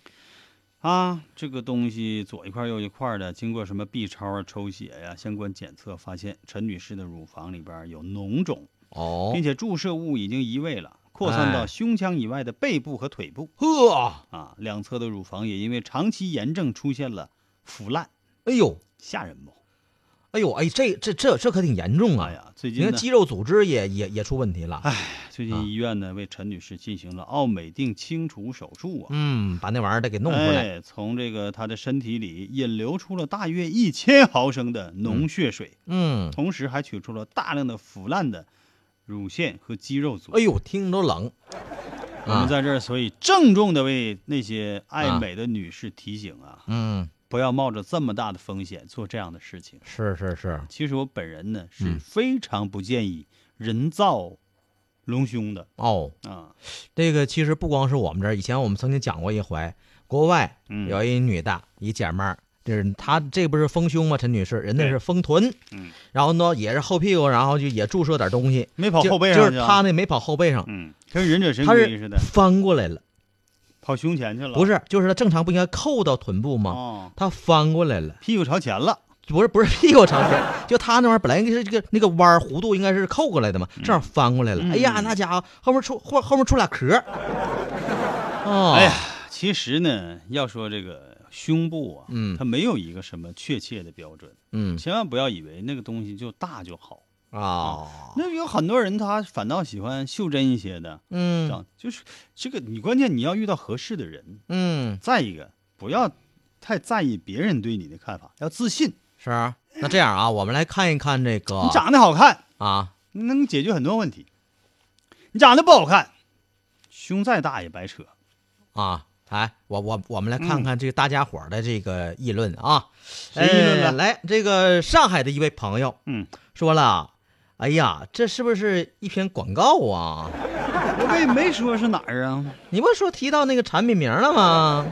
S4: 啊，这个东西左一块右一块的，经过什么 B 超啊、抽血呀、相关检测，发现陈女士的乳房里边有脓肿，
S5: 哦哎
S4: 并，且注射物已经移位了，扩散到胸腔以外的背部和腿部
S5: 呵，
S4: 啊，两侧的乳房也因为长期炎症出现了腐烂，
S5: 哎呦
S4: 吓人不？
S5: 哎呦哎，这这这这可挺严重
S4: 哎
S5: 啊！
S4: 呀，哎最
S5: 你
S4: 近
S5: 看
S4: 呢，
S5: 肌肉组织也也也出问题了，
S4: 最
S5: 啊
S4: 近医院呢为陈女士进行了奥美定清除手术啊。
S5: 嗯，把那玩意儿得给弄出来。
S4: 哎，从这个他的身体里引流出了大约一千毫升的脓血水，
S5: 嗯，
S4: 同时还取出了大量的腐烂的乳腺和肌肉组织。
S5: 哎呦，听着都冷。
S4: 我们
S5: 啊，
S4: 在这儿，所以郑重的为那些爱美的女士提醒啊，
S5: 嗯，
S4: 不要冒着这么大的风险做这样的事情。
S5: 是是是，
S4: 其实我本人呢是
S5: 嗯
S4: 非常不建议人造隆胸的
S5: 哦，
S4: 啊，
S5: 这个其实不光是我们这儿，以前我们曾经讲过一回，国外
S4: 嗯
S5: 有一女的，一姐妹儿，就是她这不是丰胸吗？陈女士，人那是丰臀，
S4: 嗯，
S5: 然后呢也是后屁股，然后就也注射点东西，
S4: 没跑
S5: 就
S4: 后背
S5: 就
S4: 上去
S5: 是
S4: 啊
S5: 她那没跑后背上，
S4: 嗯，跟忍者神
S5: 她
S4: 龟
S5: 是
S4: 似的
S5: 翻过来了，
S4: 跑胸前去了，
S5: 不是，就是她正常不应该扣到臀部吗？
S4: 哦，
S5: 她翻过来了，
S4: 屁股朝前了。
S5: 不是不是屁股朝天，
S4: 啊
S5: 就她那玩意儿本来应该是这个那个弯儿弧度应该是扣过来的嘛，正好翻过来了。
S4: 嗯
S5: 哎呀，那家伙后面出后后面出俩壳
S4: *laughs*
S5: 儿，哦，
S4: 哎呀，其实呢，要说这个胸部啊，
S5: 嗯
S4: 它没有一个什么确切的标准，
S5: 嗯
S4: 千万不要以为那个东西就大就好。
S5: 啊，
S4: 那有很多人他反倒喜欢袖珍一些的，这
S5: 嗯
S4: 样就是这个你关键你要遇到合适的人。
S5: 嗯，
S4: 再一个，不要太在意别人对你的看法，要自信。
S5: 是啊。那这样啊，我们来看一看这个
S4: 你长得好看，
S5: 啊，
S4: 能解决很多问题。你长得不好看，胸再大也白扯。
S5: 啊，哎，我我我们来看看这个大家伙儿的这个议论啊，
S4: 嗯谁议论了
S5: 呃来，这个上海的一位朋友，
S4: 嗯，
S5: 说了，哎呀，这是不是一篇广告啊？
S4: 我这也没说是哪儿啊，
S5: 你不说提到那个产品名了吗？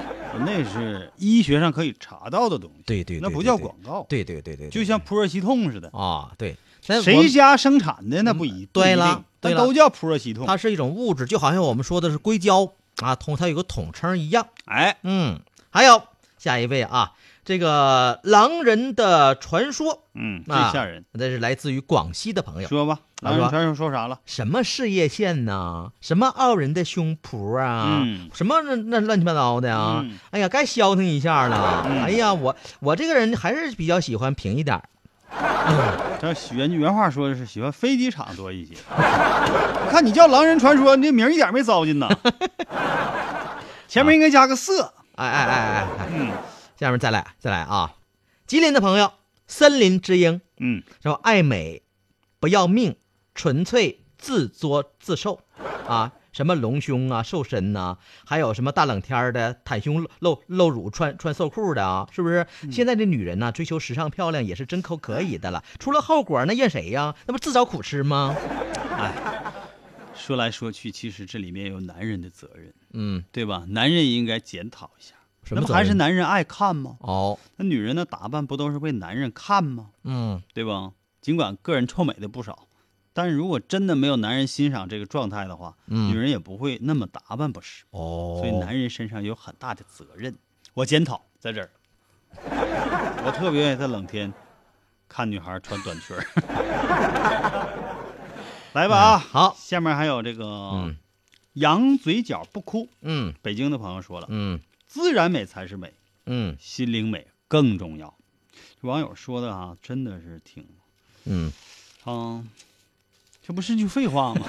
S4: 那是医学上可以查到的东西。
S5: 对对，
S4: 那
S5: 对
S4: 不
S5: 对
S4: 叫
S5: 对
S4: 广告，
S5: 对对对对，对
S4: 就像普洱西痛似的，
S5: 啊，对，那我
S4: 谁家生产的那不一
S5: 对了？
S4: 但
S5: 对了
S4: 都叫扑热息痛。
S5: 它是一种物质，就好像我们说的是硅胶啊，统它有个统称一样。
S4: 哎，
S5: 嗯，还有下一位啊，这个狼人的传说，
S4: 嗯，最
S5: 啊
S4: 吓人。，
S5: 那是来自于广西的朋友。
S4: 说吧，
S5: 啊
S4: 狼人
S5: 说
S4: 传说说啥了？
S5: 什么事业线呐、什么傲人的胸脯啊，
S4: 嗯
S5: 什么那那乱七八糟的啊，
S4: 嗯
S5: 哎呀，该消停一下了。
S4: 嗯
S5: 哎呀，我我这个人还是比较喜欢平一点儿。
S4: 这原原话说的是喜欢飞机场多一些。 *laughs* 我看你叫狼人传说，你这名儿一点没糟践呐。前面应该加个色。
S5: 哎哎哎哎哎，
S4: 嗯
S5: 下面再来再来啊！吉林的朋友，森林之鹰
S4: 嗯，
S5: 说爱美，不要命，纯粹自作自受啊！什么隆胸啊、瘦身呐、还有什么大冷天儿的袒胸露露乳、穿穿瘦裤的啊，是不是？
S4: 嗯
S5: 现在这女人呐，追求时尚漂亮也是真可可以的了，出了后果那怨谁呀？那不自找苦吃吗？
S4: 说来说去，其实这里面有男人的责任，
S5: 嗯，
S4: 对吧？男人应该检讨一下，那
S5: 什么
S4: 不
S5: 责
S4: 还是
S5: 任
S4: 男人爱看吗？
S5: 哦，
S4: 那女人的打扮不都是为男人看吗？
S5: 嗯
S4: 对吧？尽管个人臭美的不少，但是如果真的没有男人欣赏这个状态的话，
S5: 嗯
S4: 女人也不会那么打扮，不是？
S5: 哦，
S4: 所以男人身上有很大的责任。我检讨在这儿，我特别愿意在冷天看女孩穿短裙儿。来吧啊，
S5: 嗯好
S4: 下面还有这个
S5: 嗯
S4: 羊嘴角不哭，
S5: 嗯
S4: 北京的朋友说了，
S5: 嗯
S4: 自然美才是美，
S5: 嗯
S4: 心灵美更重要。这网友说的啊，真的是挺，
S5: 嗯，
S4: 嗯，这不是句废话吗？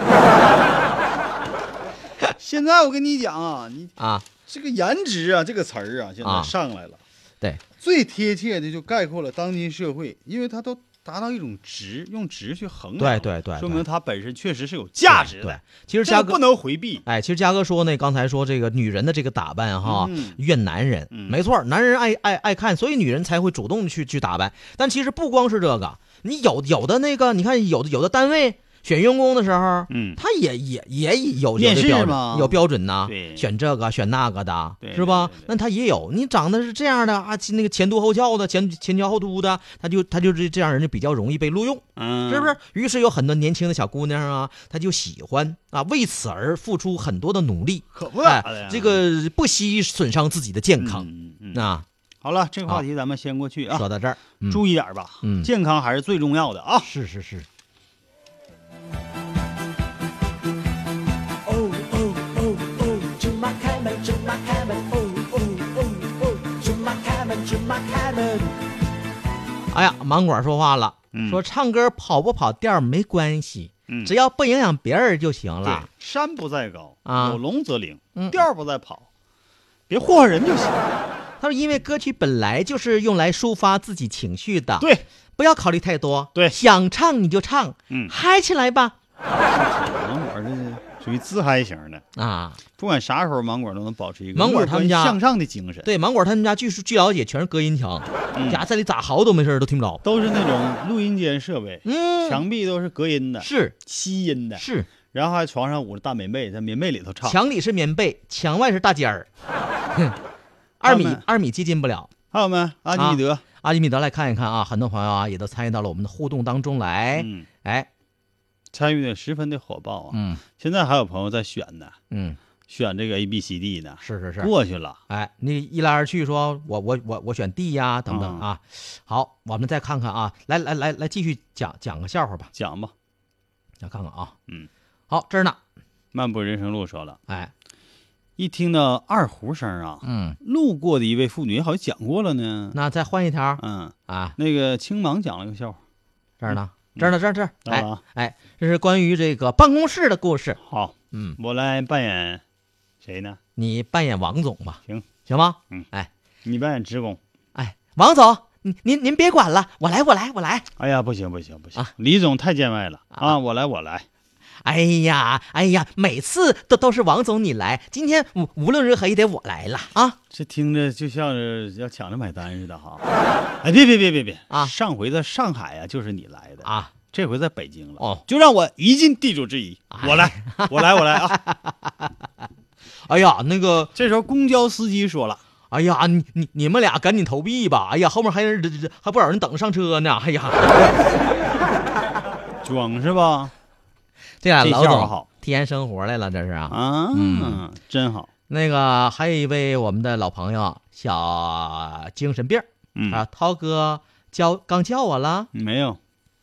S4: *laughs* 现在我跟你讲啊，你
S5: 啊，
S4: 这个颜值啊，这个词儿啊，现在
S5: 啊
S4: 上来了。
S5: 对，
S4: 最贴切的就概括了当今社会，因为它都达到一种值，用值去衡量，
S5: 对对对对
S4: 说明它本身确实是有价值的。
S5: 对，其实
S4: 这
S5: 嘉
S4: 个
S5: 哥
S4: 不能回避。
S5: 哎，其实嘉哥说呢，刚才说这个女人的这个打扮哈，
S4: 嗯
S5: 怨男人，
S4: 嗯
S5: 没错，男人爱爱爱看，所以女人才会主动去去打扮。但其实不光是这个，你有有的那个，你看有的有的单位选员工的时候，
S4: 嗯
S5: 他也也也有
S4: 面试
S5: 有这标
S4: 嘛
S5: 准，有标准呐
S4: 对，
S5: 选这个选那个的
S4: 对，
S5: 是吧
S4: 对对对？
S5: 那他也有，你长得是这样的啊，那个前凸后翘的，前前翘后凸的，他就他就这这样人就比较容易被录用。
S4: 嗯，
S5: 是不是？于是有很多年轻的小姑娘啊，她就喜欢啊，为此而付出很多的努力，
S4: 可不咋的
S5: 哎
S4: 呀
S5: 这个不惜损伤自己的健
S4: 嗯
S5: 康。
S4: 嗯嗯。
S5: 那
S4: 好了，这个话题咱们先过去啊，
S5: 说到这儿，嗯
S4: 注意点吧，
S5: 嗯
S4: 健康还是最重要的啊。
S5: 是是是，
S12: 哦哦哦哦，芝麻开门，芝麻开门，哦哦哦哦，芝麻开门，芝麻开门。
S5: 哎呀，盲管说话了，
S4: 嗯
S5: 说唱歌跑不跑调没关系，
S4: 嗯
S5: 只要不影响别人就行
S4: 对
S5: 了。，
S4: 山不在高，
S5: 啊
S4: 有龙则灵，
S5: 嗯
S4: 调儿不在跑，别祸害人就行。
S5: 他说，因为歌曲本来就是用来抒发自己情绪的，，
S4: 对，
S5: 不要考虑太多，
S4: 对
S5: 想唱你就唱，
S4: 嗯
S5: 嗨起来吧。
S4: 盲管这属于自嗨型的，
S5: 啊，
S4: 不管啥时候芒果都能保持一个
S5: 芒果他们家
S4: 乐观向上的精神，
S5: 对，芒果他们家据说据了解全是隔音墙，
S4: 嗯
S5: 家在里咋嚎都没事儿都听不着。
S4: 都是那种录音间设备，
S5: 嗯，
S4: 墙壁都是隔音的、
S5: 是
S4: 吸音的，
S5: 是，
S4: 然后还床上捂着大棉被，在棉被里头唱。
S5: 墙里是棉被，墙外是大
S4: *laughs*
S5: 尖儿，二米
S4: 他们
S5: 二米接近不了。
S4: 还有没？阿基米德，
S5: 阿基米德来看一看啊，很多朋友啊也都参与到了我们的互动当中来。
S4: 嗯，
S5: 哎，
S4: 参与的十分的火爆啊！
S5: 嗯
S4: 现在还有朋友在选呢，
S5: 嗯，
S4: 选这个 A B C D 呢，
S5: 是是是。
S4: 过去了。
S5: 哎，那一来二去说，我我我我选 D 呀，等等啊。好，我们再看看啊，来来来来，继续讲讲个笑话吧，
S4: 讲吧，
S5: 来看看啊。
S4: 嗯，
S5: 好，这儿呢，
S4: 漫步人生路说了，
S5: 哎，
S4: 一听到二胡声啊，
S5: 嗯，
S4: 路过的一位妇女好像讲过了呢。
S5: 那再换一条
S4: 嗯，
S5: 啊，
S4: 那个青芒讲了个笑话，
S5: 这儿呢，这儿呢，这儿这儿，
S4: 嗯到了
S5: 哎
S4: 啊
S5: 哎，这是关于这个办公室的故事。
S4: 好，
S5: 嗯，
S4: 我来扮演谁呢？
S5: 你扮演王总吧，
S4: 行
S5: 行吗？
S4: 嗯
S5: 哎
S4: 你扮演职工。
S5: 哎，王总，您您您别管了，我来我来我来。
S4: 哎呀，不行不行不行，
S5: 啊
S4: 李总太见外了
S5: 啊
S4: 啊！我来我来，
S5: 哎呀哎呀，每次都都是王总你来，今天无无论如何也得我来了啊！
S4: 这听着就像是要抢着买单似的哈。 *laughs* 哎，别别别别别
S5: 啊
S4: 上回在上海啊，就是你来的，
S5: 啊，
S4: 这回在北京了
S5: 哦
S4: 就让我一尽地主之谊，我 *laughs* 来我来我来啊！
S5: 哎呀那个，
S4: 这时候公交司机说了，
S5: 哎呀你你你们俩赶紧投币吧！哎呀，后面还有人还不少人等着上车呢！哎呀，
S4: 装是吧？
S5: *laughs* 这俩
S4: 这
S5: 老
S4: 笑话
S5: 总
S4: 好
S5: 体验生活来了，这是啊
S4: 啊，
S5: 嗯，
S4: 真好，
S5: 那个还有一位我们的老朋友小精神病儿，
S4: 嗯
S5: 啊，涛哥叫刚叫我了，
S4: 没有，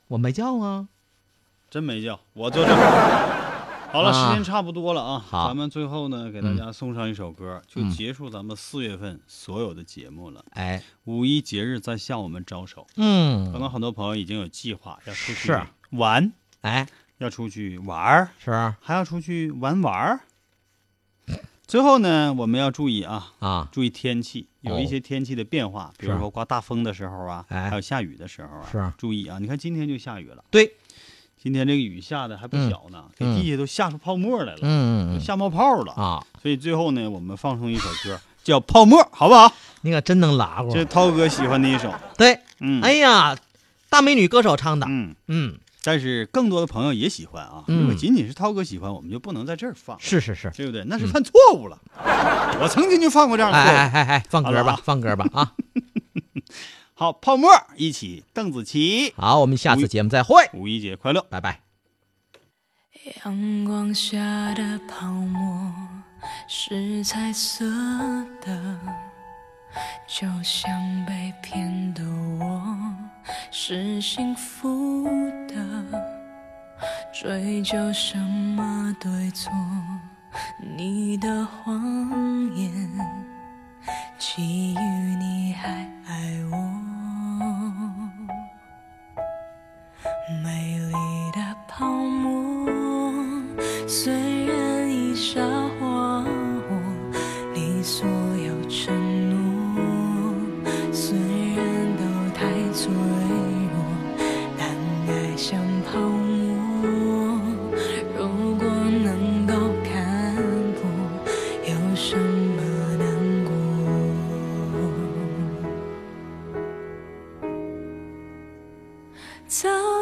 S5: 我没叫啊，
S4: 真没叫，我就这么。好了，
S5: 啊
S4: 时间差不多了啊，
S5: 好
S4: 咱们最后呢，给大家送上一首歌，
S5: 嗯
S4: 就结束咱们四月份所有的节目了。
S5: 哎，
S4: 五一节日在向我们招手，
S5: 嗯
S4: 可能很多朋友已经有计划要出去
S5: 是
S4: 玩，
S5: 哎，
S4: 要出去玩儿，
S5: 是啊
S4: 还要出去玩玩儿。最后呢，我们要注意啊，
S5: 啊，
S4: 注意天气，有
S5: 哦
S4: 一些天气的变化，比如
S5: 是啊
S4: 说刮大风的时候啊，
S5: 哎
S4: 还有下雨的时候啊，
S5: 是
S4: 注意啊！你看今天就下雨了，
S5: 对，
S4: 今天这个雨下的还不小呢，
S5: 嗯
S4: 给地下都吓出泡沫来了，
S5: 嗯嗯
S4: 都
S5: 嗯
S4: 吓冒泡了。
S5: 啊，
S4: 所以最后呢，我们放松一首歌，叫《泡沫》，好不
S5: *laughs*
S4: 好？
S5: 你可真能拉过
S4: 这，是涛哥喜欢的一首，
S5: 对，
S4: 嗯，
S5: 哎呀，大美女歌手唱的，
S4: 嗯。
S5: 嗯，
S4: 但是更多的朋友也喜欢啊，
S5: 嗯
S4: 如果仅仅是涛哥喜欢，我们就不能在这儿放，
S5: 是是是，
S4: 对不对？那是犯错误了。 *laughs* 我曾经就犯过这
S5: 哎
S4: 样的错误。
S5: 哎哎哎，放歌
S4: 好了
S5: 吧
S4: 啊，
S5: 放歌吧啊，
S4: 好，泡沫一起，邓紫棋，
S5: 好，我们下次节目再会，
S4: 五一节快乐，
S5: 拜拜。
S13: 阳光下的泡沫是彩色的，就像被骗的我是幸福的。追究什么对错？你的谎言，基于你还爱我。美丽的泡沫，虽然已沙化我，你所有承诺，虽然都太脆弱，但爱像泡沫，如果能够看破，有什么难过？早哦